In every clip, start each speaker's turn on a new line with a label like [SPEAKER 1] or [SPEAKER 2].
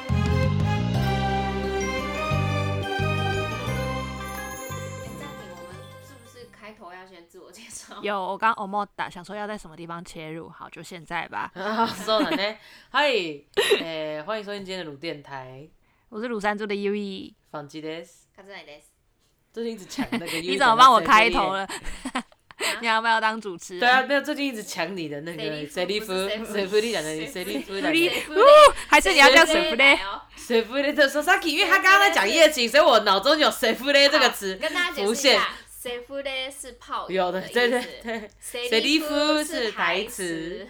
[SPEAKER 1] 哎
[SPEAKER 2] 有我刚欧莫打想说要在什么地方切入，好就现在吧。
[SPEAKER 3] そうだね。はい。えー、欢迎收听今天的鲁电台。
[SPEAKER 2] 我是鲁山猪的 U E，
[SPEAKER 3] 放鸡です。
[SPEAKER 1] 卡兹奈 德斯，
[SPEAKER 3] 最近一直抢那个 U，
[SPEAKER 2] 你怎么帮我开头？了？ 你要不要当主持人？
[SPEAKER 3] 对啊，没有，最近一直抢你的那个
[SPEAKER 1] セ
[SPEAKER 3] 塞
[SPEAKER 1] リ
[SPEAKER 3] 利
[SPEAKER 1] フ
[SPEAKER 3] 夫，
[SPEAKER 1] 不
[SPEAKER 3] 塞
[SPEAKER 1] 是
[SPEAKER 3] 夫利讲的塞利夫讲的。
[SPEAKER 1] 夫
[SPEAKER 2] 呜，还是你要叫
[SPEAKER 3] 谁
[SPEAKER 2] 水
[SPEAKER 3] 不
[SPEAKER 2] 不嘞？
[SPEAKER 1] 哦
[SPEAKER 3] 塞夫雷的说 Saki，因为他刚刚在讲夜景，所以我脑中有塞夫雷这个词
[SPEAKER 1] 跟大家解
[SPEAKER 3] 浮
[SPEAKER 1] 释一
[SPEAKER 3] 现。
[SPEAKER 1] 下，谁夫嘞是泡友
[SPEAKER 3] 有的，
[SPEAKER 1] 的
[SPEAKER 3] 对
[SPEAKER 1] 意
[SPEAKER 3] 对
[SPEAKER 1] 思
[SPEAKER 3] 对。
[SPEAKER 1] 谁利夫是台词，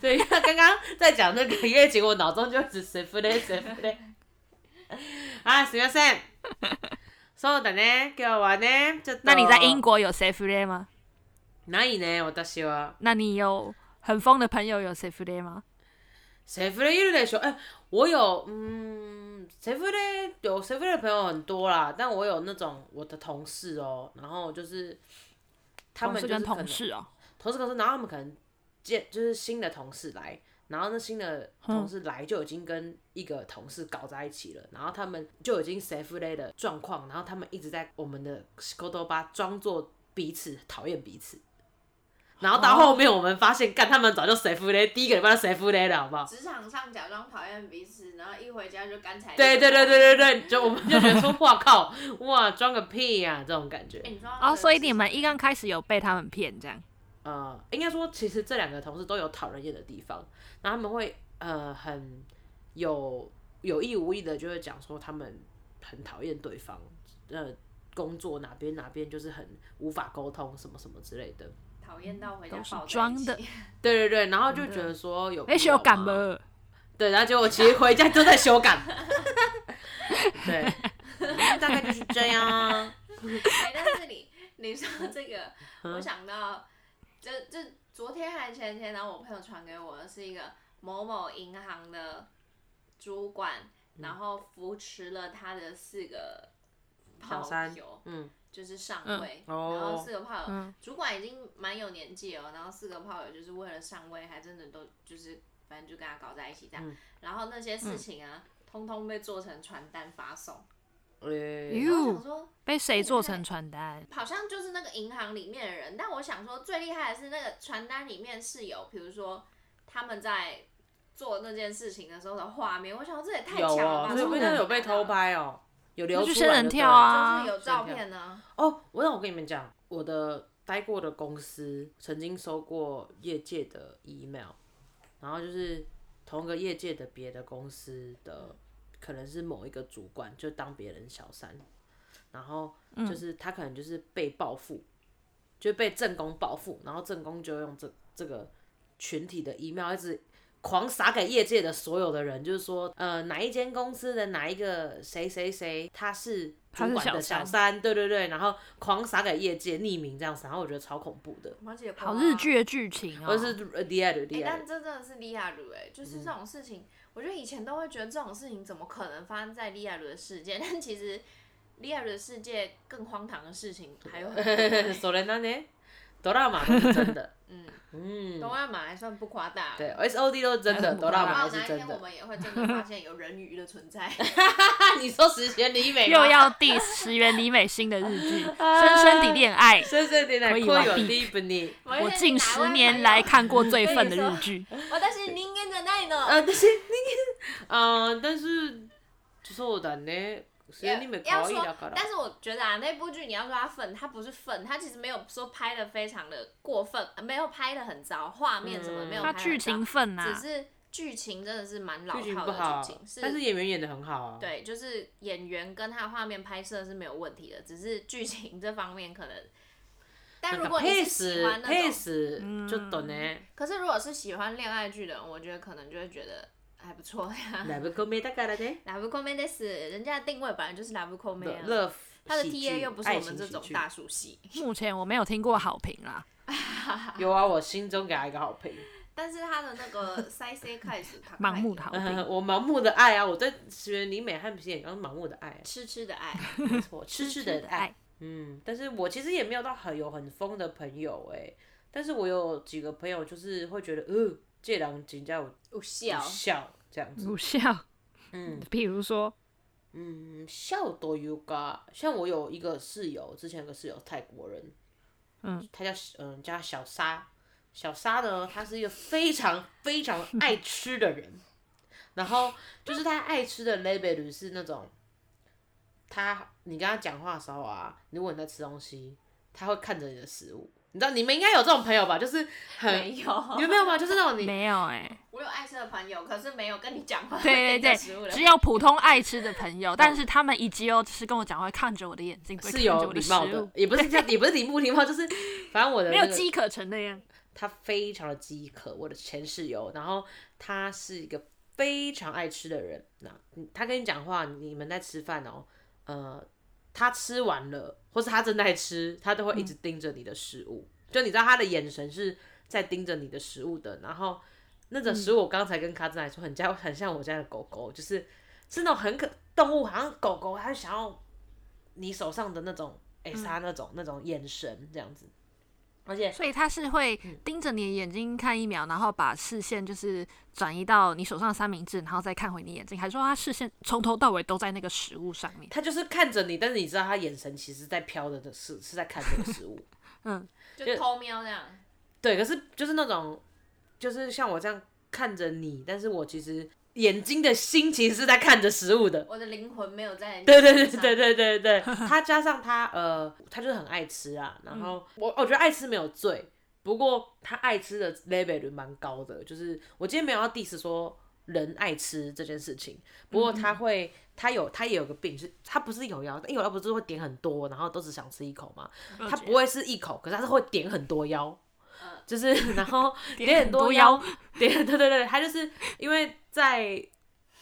[SPEAKER 3] 对，因为他刚刚在讲那个夜景，我脑中就只谁不嘞谁不嘞。啊，すみません。そうだね、今日はね、ちょっと。
[SPEAKER 2] 那你在英？国有 safe day 吗？
[SPEAKER 3] ないね、私は。
[SPEAKER 2] 那你有很疯的朋友有 safe day 吗？
[SPEAKER 3] 谁不嘞いるでしょ？哎、我有，嗯，谁不嘞有谁不嘞的朋友很多啦，但我有那种我的同事哦、然后就是他
[SPEAKER 2] 同
[SPEAKER 3] 们
[SPEAKER 2] 事
[SPEAKER 3] 就是
[SPEAKER 2] 跟
[SPEAKER 3] 可
[SPEAKER 2] 同
[SPEAKER 3] 能
[SPEAKER 2] 事哦，
[SPEAKER 3] 同事公司，然后他们可能见就是新的同事来，然后那新的同事来就已经跟一个同事搞在一起了，然后他们就已经 safe day 的状况，然后他们一直在我们的沟通吧装作彼此讨厌彼此，然后到后面我们发现，干他们早就 safe day 第一个礼拜就 safe day 了，好不好？
[SPEAKER 1] 职场上假装讨厌彼此，然后一回家就干柴。
[SPEAKER 3] 对对对对对。对，就我们就觉得 说，哇靠，哇装个屁呀、这种感觉。
[SPEAKER 1] 哎，你知道
[SPEAKER 2] 哦，所以你们一刚开始有被他们骗这样？
[SPEAKER 3] 呃，应该说，其实这两个同事都有讨人厌的地方，然后他们会呃很有有意无意的就会讲说他们很讨厌对方，呃，工作哪边哪边就是很无法沟通什么什么之类的。
[SPEAKER 1] 讨厌到回家
[SPEAKER 2] 都是
[SPEAKER 1] 抱在一起
[SPEAKER 2] 装的，
[SPEAKER 3] 对对对，然后就觉得说有
[SPEAKER 2] 哎，
[SPEAKER 3] 必要
[SPEAKER 2] 修
[SPEAKER 3] 吗
[SPEAKER 2] 改？吗？
[SPEAKER 3] 对，然后结果其实回家都在修改。对， 大概就是这样。
[SPEAKER 1] 哎，但是你你说这 个，
[SPEAKER 3] 嗯
[SPEAKER 1] 我想到，就就昨天还前天，然后我朋友传给我的是一个某某银行的主管，
[SPEAKER 3] 嗯
[SPEAKER 1] 然后扶持了他的四个
[SPEAKER 3] 小
[SPEAKER 1] 炮
[SPEAKER 3] 三
[SPEAKER 1] 友，，
[SPEAKER 3] 嗯，
[SPEAKER 1] 就是上位，
[SPEAKER 3] 哦
[SPEAKER 1] 然后四个炮友，
[SPEAKER 2] 嗯
[SPEAKER 1] 主管已经蛮有年纪哦，然后四个炮友就是为了上位，还真的都就是反正就跟他搞在一起这样，
[SPEAKER 3] 嗯
[SPEAKER 1] 然后那些事情啊，通通被做成传单发送，
[SPEAKER 3] 嗯呃诶、
[SPEAKER 2] 哟
[SPEAKER 1] 然后我想说。
[SPEAKER 2] 被谁做成传单？
[SPEAKER 1] 好像就是那个银行里面的人，但我想说最厉害的是那个传单里面是有，比如说他们在做那件事情的时候的画面，我想说这也太
[SPEAKER 3] 有
[SPEAKER 1] 强了
[SPEAKER 3] 哦，
[SPEAKER 1] 吧！
[SPEAKER 3] 所以不
[SPEAKER 1] 真
[SPEAKER 3] 应
[SPEAKER 1] 的
[SPEAKER 3] 该
[SPEAKER 1] 很
[SPEAKER 3] 有被
[SPEAKER 1] 难啊
[SPEAKER 3] 偷，拍哦，有流
[SPEAKER 2] 那
[SPEAKER 3] 出
[SPEAKER 2] 就
[SPEAKER 3] 来
[SPEAKER 2] 仙人
[SPEAKER 3] 对
[SPEAKER 2] 跳
[SPEAKER 3] 了
[SPEAKER 2] 啊
[SPEAKER 1] 就是有照片啊呢、
[SPEAKER 3] 哦，我让我跟你们讲，我的待过的公司曾经收过业界的 email，然后就是同个业界的别的公司的，可能是某一个主管就当别人小三，然后
[SPEAKER 2] 嗯
[SPEAKER 3] 就是他可能就是被报复，就被正宫报复，然后正宫就用这这个群体的 email 一直狂撒给业界的所有的人，就是说，呃，哪一间公司的哪一个谁谁谁，他是
[SPEAKER 2] 他是
[SPEAKER 3] 主管的
[SPEAKER 2] 小
[SPEAKER 3] 小
[SPEAKER 2] 三
[SPEAKER 3] 三，对对对，然后狂撒给业界匿名这样子，然后我觉得超恐怖的，
[SPEAKER 1] 我解
[SPEAKER 2] 好日剧的剧情
[SPEAKER 3] 或
[SPEAKER 2] 哦
[SPEAKER 3] 者，是呃厉害的
[SPEAKER 1] 哎、
[SPEAKER 3] 厉害
[SPEAKER 1] 但
[SPEAKER 3] 的，
[SPEAKER 1] 这真的是利亚鲁哎，就是这种事情，我觉得以前都会觉得这种事情怎么可能发生在利亚鲁的世界， 但其实利亚鲁的世界更荒唐的事情还有很多、 欸。
[SPEAKER 3] 索雷娜呢，哆啦 A 都是真的，
[SPEAKER 1] 嗯
[SPEAKER 3] 嗯，
[SPEAKER 1] 东亚马还算不夸大，
[SPEAKER 3] 对，S O D 都是真的， 哆啦 A
[SPEAKER 1] 然后
[SPEAKER 3] 还
[SPEAKER 1] 哪
[SPEAKER 3] 是
[SPEAKER 1] 一
[SPEAKER 3] 真
[SPEAKER 1] 天我
[SPEAKER 3] 的。
[SPEAKER 1] 们也会真的发现有人鱼的存在。
[SPEAKER 3] 那你说十全里美吗
[SPEAKER 2] 又要 diss 石原里美新的日 剧
[SPEAKER 3] 啊
[SPEAKER 2] 《深深的恋爱》，
[SPEAKER 3] 深深的
[SPEAKER 2] 可
[SPEAKER 3] 恋
[SPEAKER 2] 以
[SPEAKER 3] 爱，
[SPEAKER 2] 完
[SPEAKER 3] 会有
[SPEAKER 2] 毕
[SPEAKER 3] 第一本你。
[SPEAKER 2] 我近十年来 看过 最愤的日剧。
[SPEAKER 1] 私人間じゃない
[SPEAKER 2] 呃
[SPEAKER 1] の。
[SPEAKER 3] 啊，但是那个，嗯，但是そうだね。十全里美可
[SPEAKER 1] 要
[SPEAKER 3] 愛いだ
[SPEAKER 1] 说
[SPEAKER 3] から，。
[SPEAKER 1] 但是我觉得啊，那部剧你要说它粉，它不是粉，它其实没有说拍的非常的过分，呃没有拍的很糟，画面
[SPEAKER 3] 嗯
[SPEAKER 1] 什么的没有拍
[SPEAKER 2] 它
[SPEAKER 1] 得很糟。
[SPEAKER 2] 剧情啊分呐、
[SPEAKER 1] 只是剧情真的是蛮老
[SPEAKER 3] 剧情
[SPEAKER 1] 套
[SPEAKER 3] 不好
[SPEAKER 1] 的剧情，，
[SPEAKER 3] 但是演员演的很好啊。
[SPEAKER 1] 对，就是演员跟他画面拍摄是没有问题的，只是剧情这方面可能。但如果你是
[SPEAKER 3] 配
[SPEAKER 1] 喜
[SPEAKER 3] 死
[SPEAKER 1] 欢那种
[SPEAKER 3] 配死就懂呢。
[SPEAKER 1] 可是如果是喜欢恋爱剧的人，我觉得可能就会觉得还不错呀。
[SPEAKER 3] 来不够没大概 了呢。
[SPEAKER 1] 拉布科梅的死，人家的定位本来就是拉布科梅
[SPEAKER 3] 乐
[SPEAKER 1] 啊，
[SPEAKER 3] 乐，
[SPEAKER 1] 他的
[SPEAKER 3] 喜
[SPEAKER 1] T A
[SPEAKER 3] 剧
[SPEAKER 1] 又不是我们这。
[SPEAKER 3] 爱情
[SPEAKER 1] 种
[SPEAKER 3] 喜剧
[SPEAKER 1] 大叔系，
[SPEAKER 2] 目前我没有听过好评啦。
[SPEAKER 3] 有啊，我心中给他一个好评，
[SPEAKER 1] 但是他的那 个塞塞开始，他
[SPEAKER 2] 盲目的好评，
[SPEAKER 3] 嗯我盲目的爱啊，我对石原里美和皮演刚盲目的爱啊，
[SPEAKER 1] 痴痴的爱，
[SPEAKER 3] 没错，痴痴的爱
[SPEAKER 2] 爱。，
[SPEAKER 3] 嗯，但是我其实也没有到很有很疯的朋友哎、但是我有几个朋友就是会觉得，呃，这人真叫有
[SPEAKER 1] 有笑，
[SPEAKER 3] 笑 这样子，
[SPEAKER 2] 无效。
[SPEAKER 3] 嗯，
[SPEAKER 2] 比如说，
[SPEAKER 3] 嗯，笑多 y o 像我有一个室友，之前有个室友泰国人，嗯，他叫嗯、叫他小沙。小沙呢，他是一个非常非常爱吃的人，然后就是他爱吃的 label 是那种，他你跟他讲话的时候啊，如果你在吃东西，他会看着你的食物。你知道你们应该有这种朋友吧？就是 很
[SPEAKER 1] 没
[SPEAKER 3] 你
[SPEAKER 1] 有，
[SPEAKER 3] 们没有吗？就是那种你
[SPEAKER 2] 没有哎、
[SPEAKER 1] 我有爱吃的朋友，可是没有跟你讲话
[SPEAKER 2] 对
[SPEAKER 1] 会跟
[SPEAKER 2] 对
[SPEAKER 1] 你讲食物
[SPEAKER 2] 对，
[SPEAKER 1] 的
[SPEAKER 2] 只有普通爱吃的朋友，但是他们一激哦，就是跟我讲话，看着我的眼睛，不会
[SPEAKER 3] 是
[SPEAKER 2] 看着
[SPEAKER 3] 有
[SPEAKER 2] 我的
[SPEAKER 3] 礼
[SPEAKER 2] 食
[SPEAKER 3] 貌
[SPEAKER 2] 物
[SPEAKER 3] 的，，也不是叫也不是礼不礼貌，就是反正我的、
[SPEAKER 2] 没
[SPEAKER 3] 那个、
[SPEAKER 2] 有机可乘的样。
[SPEAKER 3] 他非常的饥渴，我的前室友，然后他是一个非常爱吃的人。那嗯他跟你讲话，你们在吃饭哦，呃，他吃完了，或是他正在吃，他都会一直盯着你的食物，就你知道他的眼神是在盯着你的食物的。然后那种食物，我刚才跟卡兹来说，很像很像我家的狗狗，就是是那种很可动物，好像狗狗，它就想要你手上的那种。哎，它那种那种眼神这样子，而且
[SPEAKER 2] 所以他是会
[SPEAKER 3] 嗯
[SPEAKER 2] 盯着你的眼睛看一秒，然后把视线就是转移到你手上的三明治，然后再看回你眼睛，还说他视线从头到尾都在那个食物上面。
[SPEAKER 3] 他就是看着你，但是你知道他眼神其实在飘的的是是在看这个食物。
[SPEAKER 1] 就偷瞄这样。
[SPEAKER 3] 对，可是就是那种，就是像我这样看着你，但是我其实眼睛的心其实是在看着食物的。
[SPEAKER 1] 我的灵魂没有在。
[SPEAKER 3] 对对对对。对对对，他加上他呃，他就是很爱吃啊。然后我我觉得爱吃没有罪，不过他爱吃的 level 蛮高的，就是我今天没有要 diss 说人爱吃这件事情，不过他会他有他也有个病，就是他不是有腰，因为有腰不是会点很多，然后都只想吃一口嘛，
[SPEAKER 2] 哦
[SPEAKER 3] 他不会是一口，可是他是会点很多腰。就是，然后 点很多腰，点对对对，他就是因为在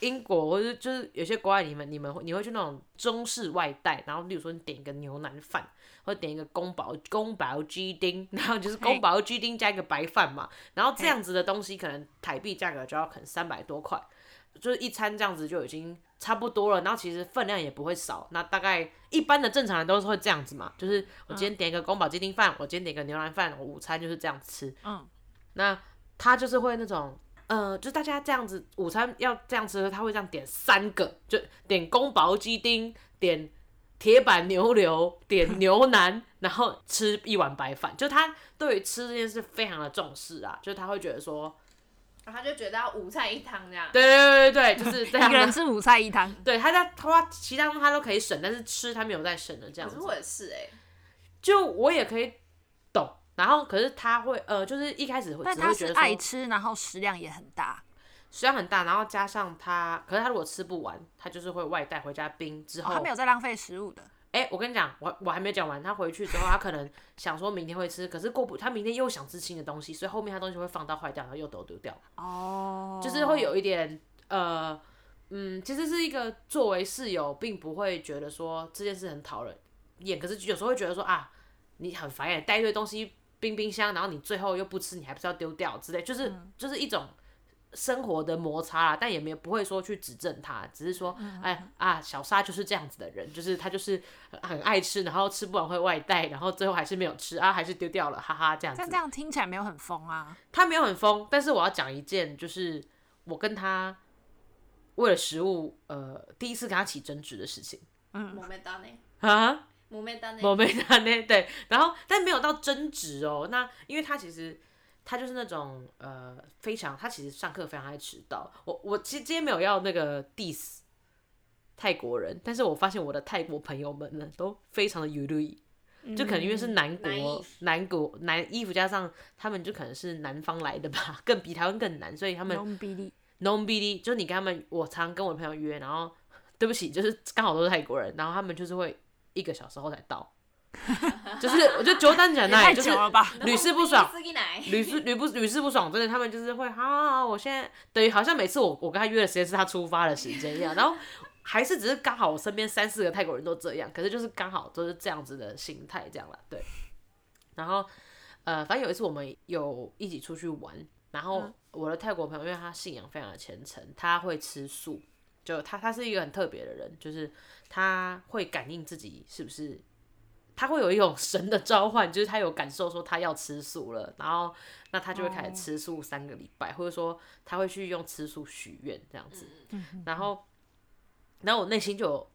[SPEAKER 3] 英国或者就是有些国外，你们你们会你会去那种中式外带，然后例如说你点一个牛腩饭，或者点一个宫保宫保鸡丁，然后就是宫保鸡丁加一个白饭嘛，然后这样子的东西可能台币价格就要可能三百多块，就是一餐这样子就已经差不多了，然后其实分量也不会少，那大概一般的正常人都是会这样子嘛，就是我今天点一个宫保鸡丁饭，我今天点一个牛腩饭，我午餐就是这样吃，
[SPEAKER 2] 嗯，
[SPEAKER 3] 那他就是会那种，呃，就大家这样子午餐要这样吃，他会这样点三个，就点宫保鸡丁，点铁板牛柳， 点牛腩，然后吃一碗白饭。就他对于吃这件事非常的重视啊，就他会觉得说，
[SPEAKER 1] 然后他就觉得要五菜一汤这样。
[SPEAKER 3] 对对对对对，就是这
[SPEAKER 2] 一
[SPEAKER 3] 样
[SPEAKER 2] 个人
[SPEAKER 3] 啊。
[SPEAKER 2] 吃五菜一汤，
[SPEAKER 3] 对，他在他其他东西他都可以省，但是吃他没有在省的这样
[SPEAKER 1] 可
[SPEAKER 3] 子
[SPEAKER 1] 是。我也是哎、
[SPEAKER 3] 就我也可以懂，然后可是他会呃，就是一开始会
[SPEAKER 2] 但
[SPEAKER 3] 只会
[SPEAKER 2] 他
[SPEAKER 3] 觉
[SPEAKER 2] 是
[SPEAKER 3] 得说
[SPEAKER 2] 爱吃，然后食量也很大。
[SPEAKER 3] 食量很大，然后加上他，可是他如果吃不完，他就是会外带回家冰。之后，
[SPEAKER 2] 哦他没有在浪费食物的，
[SPEAKER 3] 哎、我跟你讲，我我还没讲完。他回去之后，他可能想说明天会吃，可是过不，他明天又想吃新的东西，所以后面他东西会放到坏掉，然后又都丢掉，
[SPEAKER 2] 哦，
[SPEAKER 3] 就是会有一点呃，嗯，其实是一个作为室友，并不会觉得说这件事很讨人厌，可是有时候会觉得说啊，你很烦耶，带一堆东西冰冰箱，然后你最后又不吃，你还不是要丢掉之类，就是、就是一种生活的摩擦啦，但也没有不会说去指正他，只是说，哎啊，小沙就是这样子的人，就是他就是很爱吃，然后吃不完会外带，然后最后还是没有吃啊，还是丢掉了，哈哈，这样子
[SPEAKER 2] 但这。样听起来没有很疯啊。
[SPEAKER 3] 他没有很疯，但是我要讲一件，就是我跟他为了食物，呃，第一次跟他起争执的事情
[SPEAKER 1] 我没当呢，
[SPEAKER 3] 啊。
[SPEAKER 1] 我没当呢。
[SPEAKER 3] 我没他那 对，然后但没有到争执哦。那因为他其实他就是那种呃非常，他其实上课非常爱迟到。我我其实今天没有要那个 diss 泰国人，但是我发现我的泰国朋友们呢都非常的 u l
[SPEAKER 2] 嗯
[SPEAKER 3] 就可能因为是南国、
[SPEAKER 1] 南衣
[SPEAKER 3] 南国南衣服加上他们就可能是南方来的吧，更比台湾更南，所以他们
[SPEAKER 2] n 比例
[SPEAKER 3] n o n b d 就你跟他们，我常跟我的朋友约，然后对不起，就是刚好都是泰国人，然后他们就是会一个小时后才到， 就是我觉得九点讲
[SPEAKER 2] 也太
[SPEAKER 3] 那，就是
[SPEAKER 2] 久了吧？
[SPEAKER 3] 屡试不爽，
[SPEAKER 1] 自己来。
[SPEAKER 3] 屡试屡不屡试不爽，真的他们就是会啊，我现在等于好像每次我我跟他约的时间是他出发的时间一样，然后还是只是刚好我身边三四个泰国人都这样，可是就是刚好都是这样子的心态这样啦，对。然后呃，反正有一次我们有一起出去玩，然后我的泰国朋友因为他信仰非常的虔诚，他会吃素，就他他是一个很特别的人，就是他会感应自己是不是。他会有一种神的召唤，就是他有感受说他要吃素了，然后那他就会开始吃素三个礼拜，或者说他会去用吃素许愿这样子。嗯然后，然后我内心就有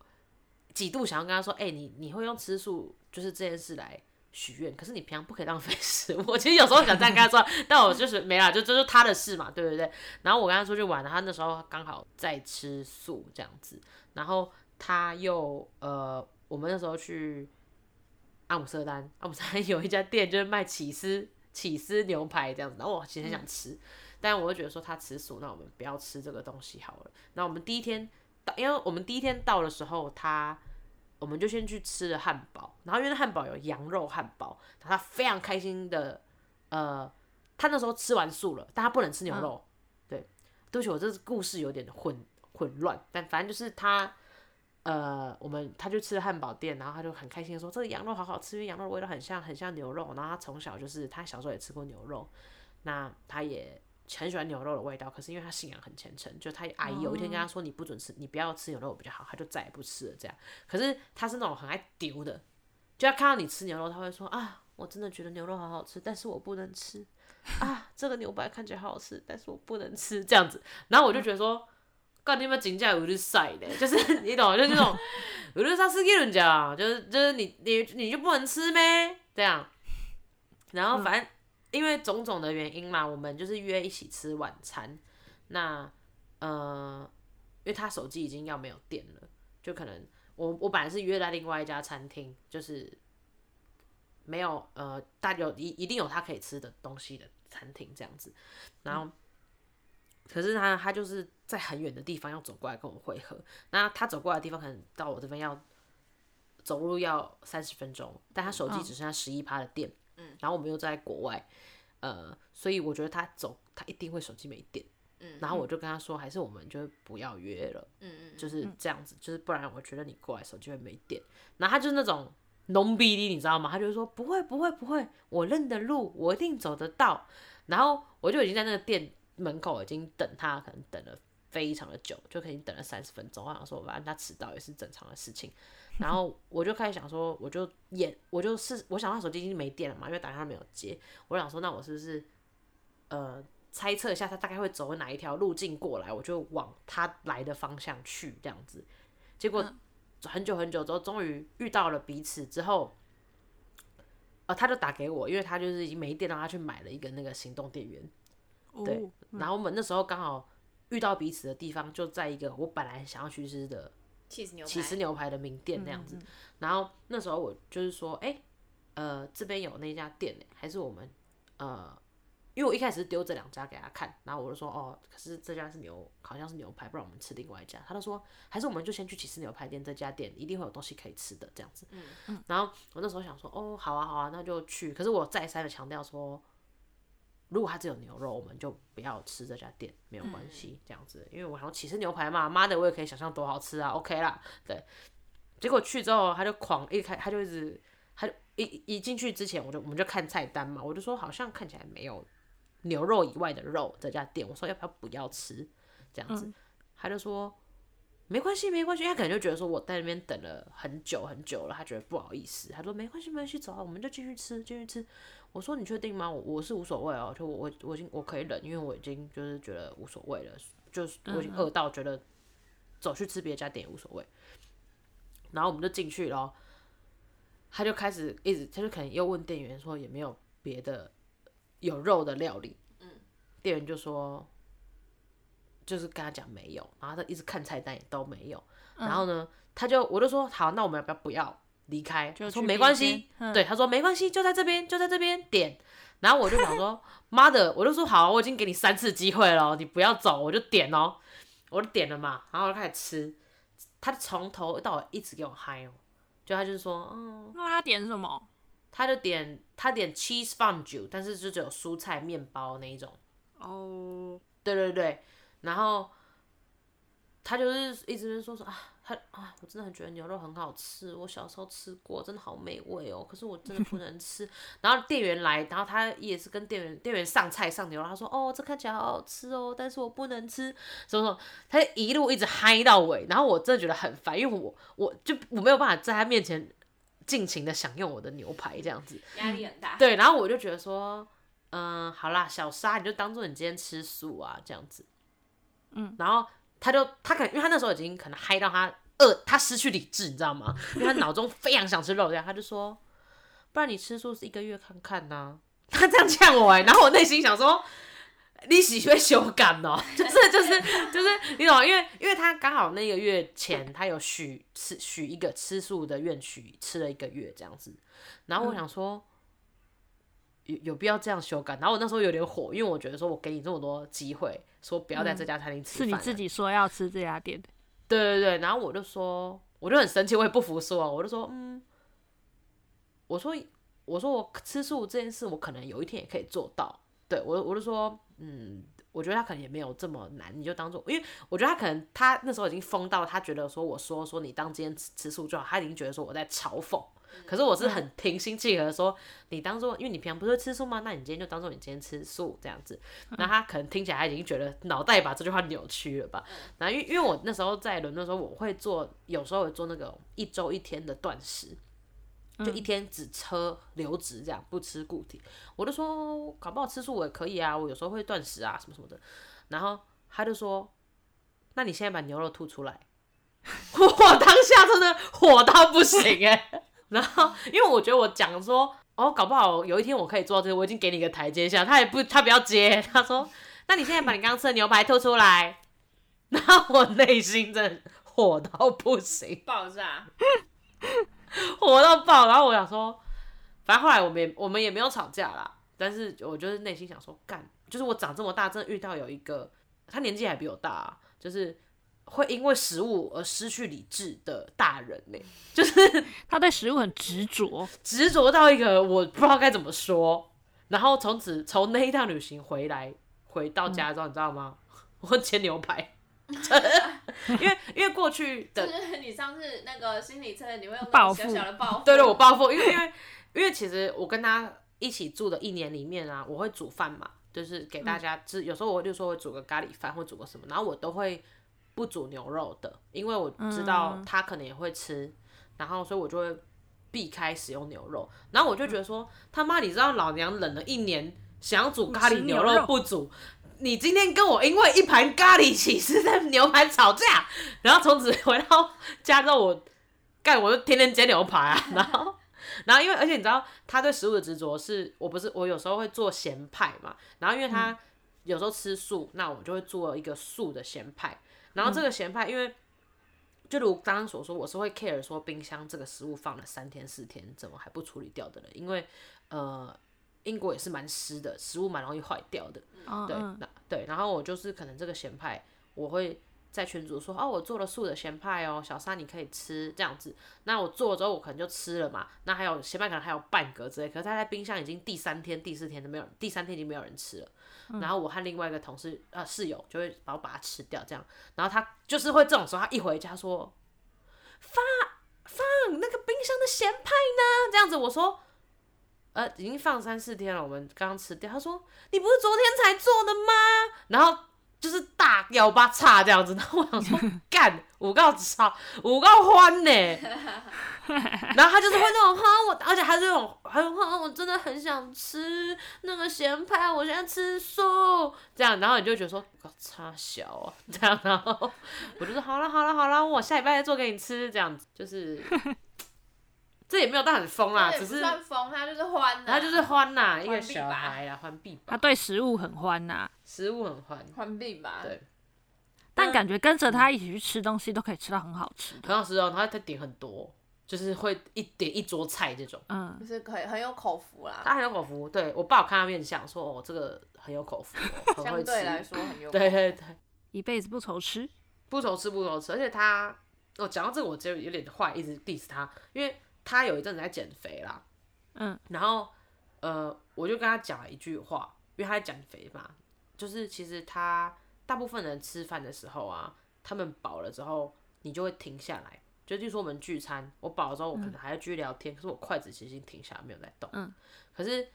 [SPEAKER 3] 几度想要跟他说：“哎、你你会用吃素就是这件事来许愿，可是你平常不可以浪费食物。我其实有时候想这样跟他说，但我就是没啦，就这就是他的事嘛，对不对？然后我跟他出去玩，他那时候刚好在吃素这样子，然后他又呃，我们那时候去阿姆斯特丹，阿姆斯特丹有一家店就是卖起司起司牛排这样子，然后我其实很想吃，但我就觉得说他吃素，那我们不要吃这个东西好了。那我们第一天到，因为我们第一天到的时候，他我们就先去吃了汉堡，然后因为那汉堡有羊肉汉堡，然后他非常开心的，呃，他那时候吃完素了，但他不能吃牛肉。对，对不起，我这故事有点混混乱，但反正就是他。呃，我们他就吃了汉堡店，然后他就很开心的说：“这个羊肉好好吃，因为羊肉的味道很像很像牛肉。”然后他从小就是他小时候也吃过牛肉，那他也很喜欢牛肉的味道。可是因为他信仰很虔诚，就他阿姨有一天跟他说：“你不准吃，你不要吃牛肉比较好。”他就再也不吃了。这样，可是他是那种很爱丢的，就他看到你吃牛肉，他会说：“啊，我真的觉得牛肉好好吃，但是我不能吃。啊，这个牛排看起来好好吃，但是我不能吃。”这样子，然后我就觉得说。干你们真正有日晒的， 就是你懂，就是那种有日晒是给人家，啊就是就是你你你就不能吃咩？这样，然后反正、因为种种的原因嘛，我们就是约一起吃晚餐。那呃，因为他手机已经要没有电了，就可能我我本来是约在另外一家餐厅，就是没有呃，大有一一定有他可以吃的东西的餐厅这样子，然后。可是他他就是在很远的地方要走过来跟我会合，那他走过来的地方可能到我这边要走路要三十分钟，但他手机只剩下十一趴的电，嗯，然后我们又在国外，呃，所以我觉得他走他一定会手机没电，嗯，然后我就跟他说，还是我们就不要约了，嗯嗯，就是这样子，就是不然我觉得你过来手机会没电，然后他就是那种。浓逼你知道吗？他就会说不会不会不会，我认得路，我一定走得到。然后我就已经在那个店门口已经等他，可能等了非常的久，就可能等了三十分钟。我想说，反正他迟到也是正常的事情。然后我就开始想说，我就演，我就是我想他手机已经没电了嘛，因为打电话没有接。我想说，那我是不是呃猜测一下他大概会走哪一条路径过来，我就往他来的方向去这样子。结果很久很久之后，终于遇到了彼此之后。呃，他就打给我，因为他就是已经没电了，他去买了一个那个行动电源，对
[SPEAKER 2] 哦，
[SPEAKER 3] 然后我们那时候刚好遇到彼此的地方，就在一个我本来想要去吃的
[SPEAKER 1] 气死牛排，嗯
[SPEAKER 3] 起司牛排的名店那样子。然后那时候我就是说，哎、呃，这边有那家店呢，还是我们呃，因为我一开始是丢这两家给他看，然后我就说，哦，可是这家是牛，好像是牛排，不然我们吃另外一家。他就说，还是我们就先去起司牛排店这家店，一定会有东西可以吃的这样子。嗯、然后我那时候想说，哦，好啊，好啊，那就去。可是我再三的强调说。如果它只有牛肉，我们就不要吃这家店，没有关系，这样子。因为我想起司牛排嘛，妈的，我也可以想象多好吃啊，OK 啦。结果去之后，他就狂一开，他就一直，他就一一进去之前，我就我们就看菜单嘛，我就说好像看起来没有牛肉以外的肉这家店，我说要不要不要吃这样子，他就说没关系没关系，因为他可能就觉得说我在那边等了很久很久了，他觉得不好意思，他说没关系没关系，走啊，我们就继续吃继续吃。我说你确定吗？我我是无所谓哦，就我我我已经我可以忍，因为我已经就是觉得无所谓了，就是我
[SPEAKER 2] 嗯
[SPEAKER 3] 已经饿到觉得走去吃别家店也无所谓。然后我们就进去咯，他就开始一直，他就可能又问店员说有没有别的有肉的料理，嗯，店员就说就是跟他讲没有，然后他一直看菜单也都没有，
[SPEAKER 2] 嗯
[SPEAKER 3] 然后呢，他就我就说好，那我们要不要不要离开？
[SPEAKER 2] 就
[SPEAKER 3] 他说
[SPEAKER 2] 去
[SPEAKER 3] 没
[SPEAKER 2] 别
[SPEAKER 3] 关
[SPEAKER 2] 间
[SPEAKER 3] 系，嗯对，他说没关系，就在这边，就在这边点。然后我就想说， 妈的，我就说好，我已经给你三次机会了，你不要走，我就点哦，我就点了嘛，然后我就开始吃，他从头到尾一直给我嗨哦，就他就是说，嗯，
[SPEAKER 2] 那他点什么？
[SPEAKER 3] 他就点他点 cheese fondue，但是就只有蔬菜面包那一种，
[SPEAKER 2] 哦，
[SPEAKER 3] 对对对，然后他就是一直说说啊，他啊，我真的很觉得牛肉很好吃，我小时候吃过，真的好美味哦。可是我真的不能吃。 然后店员来，然后他也是跟店员店员上菜上牛肉，他说哦，这看起来好好吃哦，但是我不能吃，什么什么，他就一路一直嗨到尾。然后我真的觉得很烦，因为我我就我没有办法在他面前尽情的享用我的牛排这样子。
[SPEAKER 1] 压力很大，
[SPEAKER 3] 对，然后我就觉得说，嗯，好啦，小沙，你就当做你今天吃素啊，这样子。嗯，然后他就他可能因为他那时候已经可能嗨到他饿，他失去理智，你知道吗？因为他脑中非常想吃肉，这样他就说。不然你吃素是一个月看看呐、他这样呛我哎、然后我内心想说，你喜被修改哦， 就是就是就是，你懂吗？因为因为他刚好那个月前他有许吃许一个吃素的愿许，吃了一个月这样子，然后我想说。有有必要这样修改？然后我那时候有点火，因为我觉得说我给你这么多机会，说不要在这家餐厅吃
[SPEAKER 2] 嗯是
[SPEAKER 3] 饭、
[SPEAKER 2] 你
[SPEAKER 3] 了。
[SPEAKER 2] 自己说要吃这家店的，
[SPEAKER 3] 对对对，然后我就说，我就很生气，我也不服输啊，我就说，嗯，我说我说我吃素这件事，我可能有一天也可以做到。对我我就说，嗯，我觉得他可能也没有这么难，你就当做，因为我觉得他可能他那时候已经疯到他觉得说我说说你当今天吃吃素就好，他已经觉得说我在嘲讽。可是我是很平心气和地说，你当做，因为你平常不是会吃素吗？那你今天就当做你今天吃素这样子。那他可能听起来他已经觉得脑袋把这句话扭曲了吧？然后因为因为我那时候在伦敦的时候，我会做有时候会做那种一周一天的断食，就一天只吃流质这样，不吃固体。我就说搞不好吃素我也可以啊，我有时候会断食啊什么什么的。然后他就说，那你现在把牛肉吐出来。 我当下真的火到不行哎、 然后因为我觉得我讲说。哦，搞不好有一天我可以做到这个，我已经给你一个台阶下。他也不，他不要接， 他说：“那你现在把你刚吃的牛排吐出来。” 然后我内心真的火到不行，
[SPEAKER 1] 爆炸，
[SPEAKER 3] 火到爆。然后我想说，反正后来我们也我们也没有吵架啦，但是我就是内心想说，干，就是我长这么大，真的遇到有一个他年纪还比我大、啊，就是会因为食物而失去理智的大人呢、
[SPEAKER 2] 他对食物很执着，
[SPEAKER 3] 执着到一个我不知道该怎么说。然后从此从那一趟旅行回来，回到家之后，你知道吗？我煎牛排， 因为因为过去的
[SPEAKER 1] 就是 你上次那个心理测验，你会用那
[SPEAKER 2] 报
[SPEAKER 1] 种
[SPEAKER 2] 复
[SPEAKER 1] 小小的报复，
[SPEAKER 3] 对对，我报复，因为因为因为其实我跟他一起住的一年里面啊，我会煮饭嘛，就是给大家吃。有时候我就说会煮个咖喱饭，或煮个什么，然后我都会不煮牛肉的，因为我知道他可能也会吃，然后所以我就会避开使用牛肉。然后我就觉得说，他妈，你知道老娘忍了一年，想要煮咖喱牛
[SPEAKER 2] 牛肉
[SPEAKER 3] 肉不煮。你今天跟我因为一盘咖喱起司在牛排吵架，然后从此回到家之后我干，我就天天煎牛排啊，然后。 然后，因为而且你知道，他对食物的执着是，我不是我有时候会做咸派嘛，然后因为他有时候吃素，那我就会做一个素的咸派。然后这个咸派，因为就如刚刚所说，我是会 care 说冰箱这个食物放了三天四天，怎么还不处理掉的人，因为呃，英国也是蛮湿的，食物蛮容易坏掉的。
[SPEAKER 2] 嗯
[SPEAKER 3] 对，
[SPEAKER 2] 嗯
[SPEAKER 3] 那对，然后我就是可能这个咸派，我会在群组说，哦，我做了素的咸派哦，小沙你可以吃这样子。那我做了之后，我可能就吃了嘛。那还有咸派可能还有半格之类，可是它在冰箱已经第三天、第四天都没有，第三天已经没有人吃了。
[SPEAKER 2] 嗯
[SPEAKER 3] 然后我和另外一个同事呃室友就会把我把它吃掉这样。然后他就是会这种时候，他一回家说，放放那个冰箱的咸派呢？这样子我说。呃，已经放三四天了，我们刚刚吃掉。他说：“你不是昨天才做的吗？”然后就是大幺八叉这样子， 然后我想说，干，我告操，我告欢呢。 然后他就是会那种，哈，我，而且他这种，还有哈，我真的很想吃那个咸派，我现在吃素，这样，然后你就觉得说，我差小啊， 这样，然后我就说，好了，好了，好了，我下礼拜再做给你吃，这样子， 就是，这也没有到很疯啦，
[SPEAKER 1] 这也
[SPEAKER 3] 只
[SPEAKER 1] 不
[SPEAKER 3] 是。
[SPEAKER 1] 算疯，他就是欢啊，
[SPEAKER 3] 然后就是欢呐、一个
[SPEAKER 1] 币
[SPEAKER 3] 小
[SPEAKER 1] 吧
[SPEAKER 3] 孩啦，欢必
[SPEAKER 2] 他
[SPEAKER 3] 吧，
[SPEAKER 2] 对食物很欢呐、
[SPEAKER 3] 食物很欢，
[SPEAKER 1] 欢病吧，
[SPEAKER 3] 对，
[SPEAKER 2] 但
[SPEAKER 3] 啊
[SPEAKER 2] 感觉跟着他一起去吃东西都可以吃到很好吃的。
[SPEAKER 3] 很好吃哦。然后他点很多，就是会一点一桌菜这种。
[SPEAKER 2] 嗯，
[SPEAKER 1] 就是可以很有口福啦，
[SPEAKER 3] 他很有口福，对我爸有看他面相，说哦，这个很有 口福哦，很
[SPEAKER 1] 相
[SPEAKER 3] 会吃。
[SPEAKER 1] 对来说 很有口
[SPEAKER 3] 对
[SPEAKER 1] 福，
[SPEAKER 3] 对对，
[SPEAKER 2] 一辈子不愁吃。
[SPEAKER 3] 不愁吃不愁吃，而且他，哦，讲到这个我就有点坏，一直 diss 他，因为他有一阵子在减肥啦，
[SPEAKER 2] 嗯，
[SPEAKER 3] 然后呃，我就跟他讲了一句话，因为他在减肥嘛，就是其实他大部分人吃饭的时候啊，他们饱了之后，你就会停下来。就例如说我们聚餐，我饱了之后，我可能还要继续聊天，可是我筷子其实已经停下来，没有在动。
[SPEAKER 2] 嗯，
[SPEAKER 3] 可是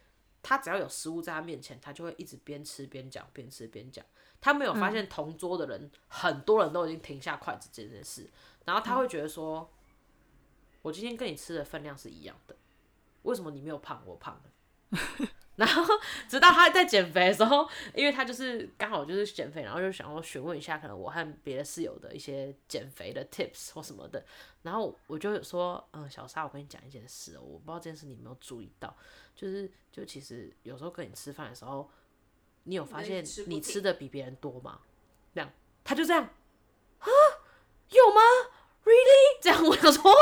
[SPEAKER 3] 他只要有食物在他面前，他就会一直边吃边讲，边吃边讲。他没有发现同桌的人，很多人都已经停下筷子这件事，然后他会觉得说，我今天跟你吃的分量是一样的，为什么你没有胖，我胖了？ 然后直到他在减肥的时候，因为他就是刚好就是减肥，然后就想要询问一下，可能我和别的室友的一些减肥的 tips 或什么的。然后我就有说，嗯，小沙，我跟你讲一件事哦，我不知道这件事你有没有注意到，就是就其实有时候跟你吃饭的时候，你有发
[SPEAKER 1] 你
[SPEAKER 3] 现
[SPEAKER 1] 吃不
[SPEAKER 3] 你
[SPEAKER 1] 停
[SPEAKER 3] 吃的比别人多吗？这样，他就这样，啊，有吗？Really？这样我想说，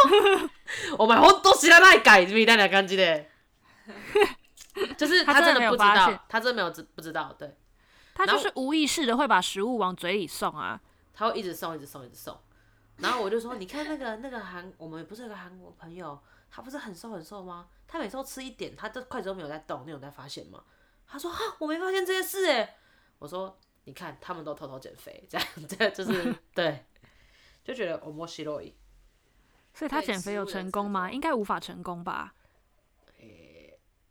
[SPEAKER 3] 我买好多其他那改比那两干净的。 就是
[SPEAKER 2] 他
[SPEAKER 3] 他
[SPEAKER 2] 真的
[SPEAKER 3] 真
[SPEAKER 2] 没有
[SPEAKER 3] 的不知
[SPEAKER 2] 发现
[SPEAKER 3] 道，他真的没有知不知道，对，
[SPEAKER 2] 他就
[SPEAKER 3] 然后
[SPEAKER 2] 是无意识的会把食物往嘴里送啊。
[SPEAKER 3] 他会一直送，一直送，一直送。然后我就说，你看那个那个韩，我们不是有个韩国朋友，他不是很瘦很瘦吗？他每次都吃一点，他这筷子都没有在动，你有在发现吗？他说啊，我没发现这件事哎。我说，你看他们都偷偷减肥，这样这就是对，就觉得我莫西洛伊，
[SPEAKER 2] 所以他
[SPEAKER 1] 对
[SPEAKER 2] 减肥
[SPEAKER 1] 食
[SPEAKER 2] 有
[SPEAKER 1] 物的
[SPEAKER 2] 成
[SPEAKER 1] 制
[SPEAKER 2] 功吗？
[SPEAKER 1] 作
[SPEAKER 2] 应该无法成功吧？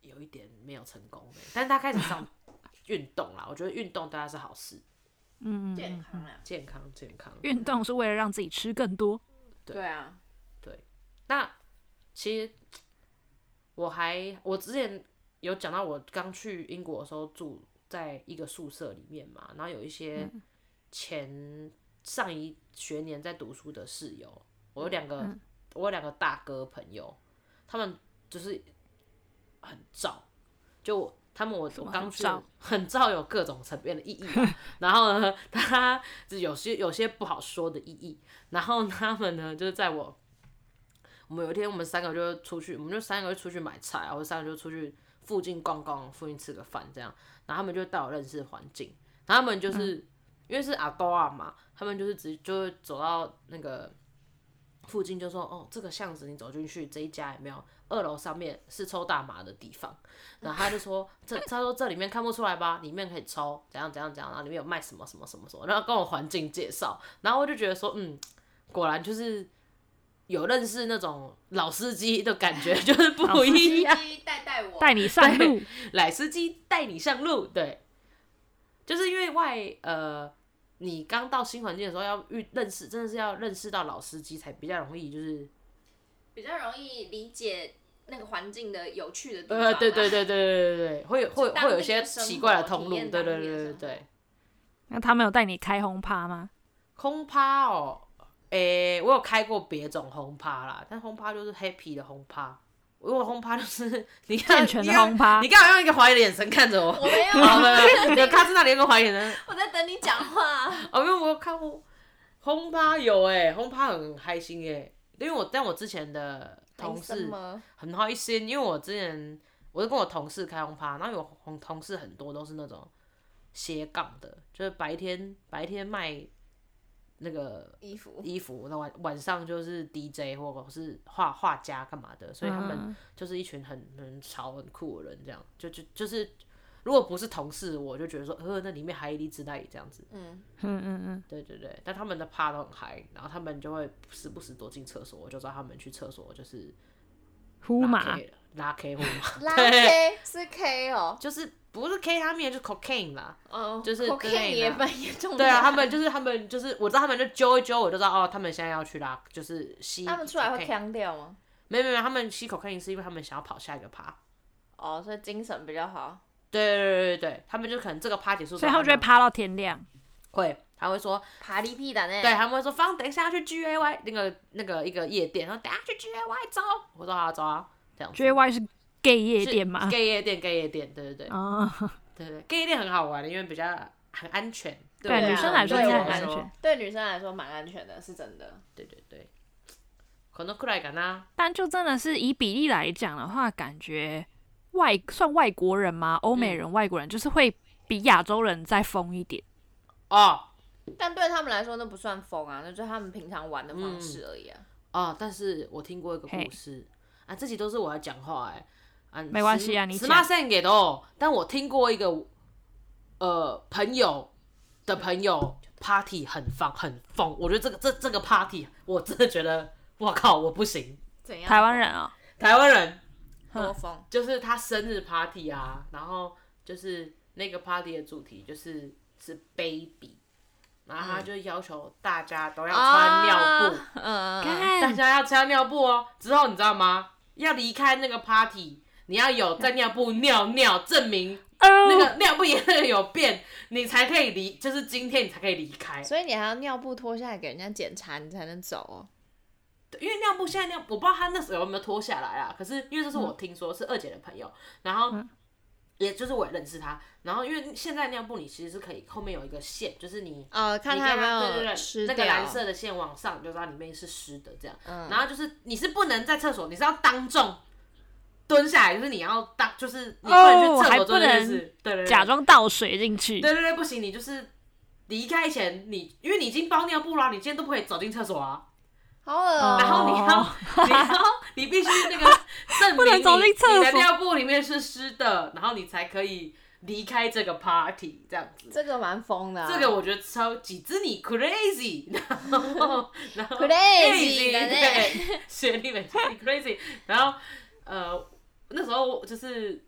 [SPEAKER 3] 有一点没有成功欸，但是他开始上运动啦，我觉得运动对他是好事，
[SPEAKER 2] 嗯，
[SPEAKER 1] 健康啊，
[SPEAKER 3] 健康健康。
[SPEAKER 2] 运动是为了让自己吃更多。
[SPEAKER 3] 对
[SPEAKER 1] 对 啊，
[SPEAKER 3] 那其实我还我之前有讲到，我刚去英国的时候住在一个宿舍里面嘛，然后有一些前上一学年在读书的室友，我有两个、
[SPEAKER 2] 嗯
[SPEAKER 3] 我有两个大哥朋友，他们就是很燥，就我他们我
[SPEAKER 2] 什
[SPEAKER 3] 我
[SPEAKER 2] 么
[SPEAKER 3] 刚
[SPEAKER 2] 很
[SPEAKER 3] 去
[SPEAKER 2] 燥
[SPEAKER 3] 很燥有各种层面的意义啊、 然后呢，他就有些有些不好说的意义，然后他们呢就是在我。我们有一天，我们三个就出去，我们就三个就出去买菜啊，或者三个就出去附近逛逛，附近吃个饭这样。然后他们就带我认识环境，然后他们
[SPEAKER 1] 嗯
[SPEAKER 3] 就是、因为是阿公阿嘛，他们就是直就会走到那个附近，就说哦，这个巷子你走进去这一家有没有？二楼上面是抽大麻的地 方，然后他就说这他说这里面看不出来吧，里面可以抽，怎样怎样怎样，然后里面有卖什么什么什么什么，然后跟我环境介绍，然后我就觉得说嗯，果然就是。有认识那种老司机的感觉，就是不一样。
[SPEAKER 1] 司机带带我，
[SPEAKER 2] 带你上
[SPEAKER 3] 对
[SPEAKER 2] 路，
[SPEAKER 3] 来司机带你上路，对，就是因为外呃，你刚到新环境的时候要遇认识，真的是要认识到老司机才比较容易，就是
[SPEAKER 1] 比较容易理解那个环境的有趣的地方啊。
[SPEAKER 3] 呃，对对对对对对对，会有
[SPEAKER 1] 就
[SPEAKER 3] 会
[SPEAKER 1] 当
[SPEAKER 3] 会有一
[SPEAKER 1] 地
[SPEAKER 3] 些
[SPEAKER 1] 的生
[SPEAKER 3] 奇
[SPEAKER 1] 活
[SPEAKER 3] 怪的
[SPEAKER 1] 体
[SPEAKER 3] 通路，
[SPEAKER 1] 验
[SPEAKER 3] 对对
[SPEAKER 1] 当
[SPEAKER 3] 对
[SPEAKER 1] 地的
[SPEAKER 3] 对对
[SPEAKER 1] 生活
[SPEAKER 3] 对，
[SPEAKER 2] 那他们有带你开轰趴吗？
[SPEAKER 3] 轰趴哦，诶、我有开过别种轰趴啦，但轰趴就是 happy 的轰趴。如果轰趴就是 你看
[SPEAKER 2] 健全的
[SPEAKER 3] 你看
[SPEAKER 2] 轰趴
[SPEAKER 3] 你干嘛用一个怀疑的眼神看着 我？
[SPEAKER 1] 我没有
[SPEAKER 3] 好，哦没
[SPEAKER 1] 啊，
[SPEAKER 3] 有，没有他是那里用个怀疑的眼神，
[SPEAKER 1] 我在等你讲话。啊
[SPEAKER 3] 哦，因为我有看过轰趴有哎、欸，轰趴很开心哎、因为我但我之前的
[SPEAKER 1] 哎
[SPEAKER 3] 同事
[SPEAKER 1] 吗？
[SPEAKER 3] 很开心，因为我之前我是跟我同事开轰趴，然后有同同事很多都是那种斜杠的，就是白天白天卖那个
[SPEAKER 1] 衣服
[SPEAKER 3] 衣服，那晚晚上就是 DJ 或者是画画家干嘛的，所以他们
[SPEAKER 2] 嗯
[SPEAKER 3] 就是一群很很潮很酷的人，这样就就就是如果不是同事，我就觉得说，呃，那里面还有一粒之带这样子。
[SPEAKER 1] 嗯，
[SPEAKER 2] 嗯嗯嗯，
[SPEAKER 3] 对对对，但他们的趴都很嗨，然后他们就会时不时躲进厕所，我就知道他们去厕所就是
[SPEAKER 2] 呼
[SPEAKER 3] 拉
[SPEAKER 2] 马
[SPEAKER 3] K 了，拉 K 呼嘛，
[SPEAKER 1] 拉 K 是 K 哦，
[SPEAKER 3] 就是不是 K 他们就是 cocaine 啦。
[SPEAKER 1] 嗯，
[SPEAKER 3] 就是
[SPEAKER 1] cocaine
[SPEAKER 3] 对
[SPEAKER 1] 也
[SPEAKER 3] 啦
[SPEAKER 1] 蛮严重的。
[SPEAKER 3] 对啊，他们就是他们就是我知道他们就揪一揪，我就知道哦，他们现在要去拉，就是吸 cocaine。
[SPEAKER 1] 他们出来会腔掉吗？
[SPEAKER 3] 没有没有，他们吸 cocaine 是因为他们想要跑下一个趴。
[SPEAKER 1] 哦，所以精神比较好。
[SPEAKER 3] 对对对对对，他们就可能这个趴结束之后，
[SPEAKER 2] 所以他们就会趴到天亮。
[SPEAKER 3] 会，他会说
[SPEAKER 1] 爬力屁欸的呢？
[SPEAKER 3] 对，他们会说放，等一下要去 G A Y 那个那个一个夜店，然后等一下去 G A Y 走，我说好啊走啊，这样子
[SPEAKER 2] J Y 是 gay 夜
[SPEAKER 3] 是
[SPEAKER 2] 店吗？
[SPEAKER 3] ？gay 夜店，gay 夜店，对对对，
[SPEAKER 2] 啊，
[SPEAKER 3] 对对，gay 夜店很好玩的，因为比较很安全，
[SPEAKER 2] 对
[SPEAKER 1] 啊
[SPEAKER 2] 女生来说应
[SPEAKER 1] 对
[SPEAKER 2] 该
[SPEAKER 1] 我
[SPEAKER 2] 很安
[SPEAKER 1] 来
[SPEAKER 2] 全，，
[SPEAKER 1] 对女生来说蛮安全的，是真的。
[SPEAKER 3] 对对对。可能过来干啦，
[SPEAKER 2] 但就真的是以比例来讲的话，感觉外算外国人吗？欧
[SPEAKER 3] 嗯
[SPEAKER 2] 美人、外国人就是会比亚洲人再疯一点。
[SPEAKER 3] 哦
[SPEAKER 1] 但对他们来说，那不算疯啊，那就是他们平常玩的方
[SPEAKER 2] 嗯
[SPEAKER 1] 式而已啊。
[SPEAKER 3] 哦，但是我听过一个故事啊，这集都是我要讲话哎、啊，
[SPEAKER 2] 没关系啊你
[SPEAKER 3] 十
[SPEAKER 2] 讲
[SPEAKER 3] 八线给的哦，但我听过一个呃朋友的朋友 party 很放很疯，我觉得这个这这个 party 我真的觉得我靠我不行，
[SPEAKER 1] 怎样？
[SPEAKER 2] 台湾人啊、
[SPEAKER 3] 台湾人
[SPEAKER 1] 多疯，
[SPEAKER 3] 就是他生日 party 啊，然后就是那个 party 的主题就是是 baby，然后他就要求大家都要穿尿布，
[SPEAKER 1] 嗯，嗯嗯
[SPEAKER 2] 干
[SPEAKER 3] 大家要穿尿布哦。之后你知道吗？要离开那个 party，你要有在尿布尿尿，证明那
[SPEAKER 2] 那
[SPEAKER 3] 个尿布颜色有变，你才可以离，就是今天你才可以离开。
[SPEAKER 1] 所以你还要尿布脱下来给人家检查，你才能走哦。
[SPEAKER 3] 对因为尿布现在尿，我不知道他那时候有没有脱下来啊。可是因为这是我
[SPEAKER 1] 嗯
[SPEAKER 3] 听说、是二姐的朋友，然后、也就是我也认识他，然后因为现在尿布你其实是可以后面有一个线，就是你
[SPEAKER 1] 哦，看
[SPEAKER 3] 你
[SPEAKER 1] 他有
[SPEAKER 3] 对对
[SPEAKER 1] 没有
[SPEAKER 3] 对，
[SPEAKER 1] 吃
[SPEAKER 3] 那
[SPEAKER 1] 掉。
[SPEAKER 3] 个蓝色的线往上，你就知道里面是湿的这样。
[SPEAKER 1] 嗯
[SPEAKER 3] 然后就是你是不能在厕所，你是要当众蹲下来，就是你要当，就是你不能去厕所做这件
[SPEAKER 2] 哦还不
[SPEAKER 3] 事，对对对，
[SPEAKER 2] 假装倒水进去，
[SPEAKER 3] 对对对，不行，你就是离开前你，因为你已经包尿布啦，你今天都不可以走进厕所啊。
[SPEAKER 1] 好恶哦、
[SPEAKER 3] 然后你要，
[SPEAKER 2] 哦
[SPEAKER 3] 你要，你必须那 个证
[SPEAKER 2] 不
[SPEAKER 3] 明
[SPEAKER 2] 能走
[SPEAKER 3] 你
[SPEAKER 2] 进厕所
[SPEAKER 3] 你的尿布里面是湿的，然后你才可以离开这个 party 这样子。
[SPEAKER 1] 这个蛮疯的啊、
[SPEAKER 3] 这个我觉得超级之你 crazy，然 后然后
[SPEAKER 2] 哎
[SPEAKER 1] Crazy 的呢
[SPEAKER 3] 对，哦学历美学历 crazy，然后呃那时候我就是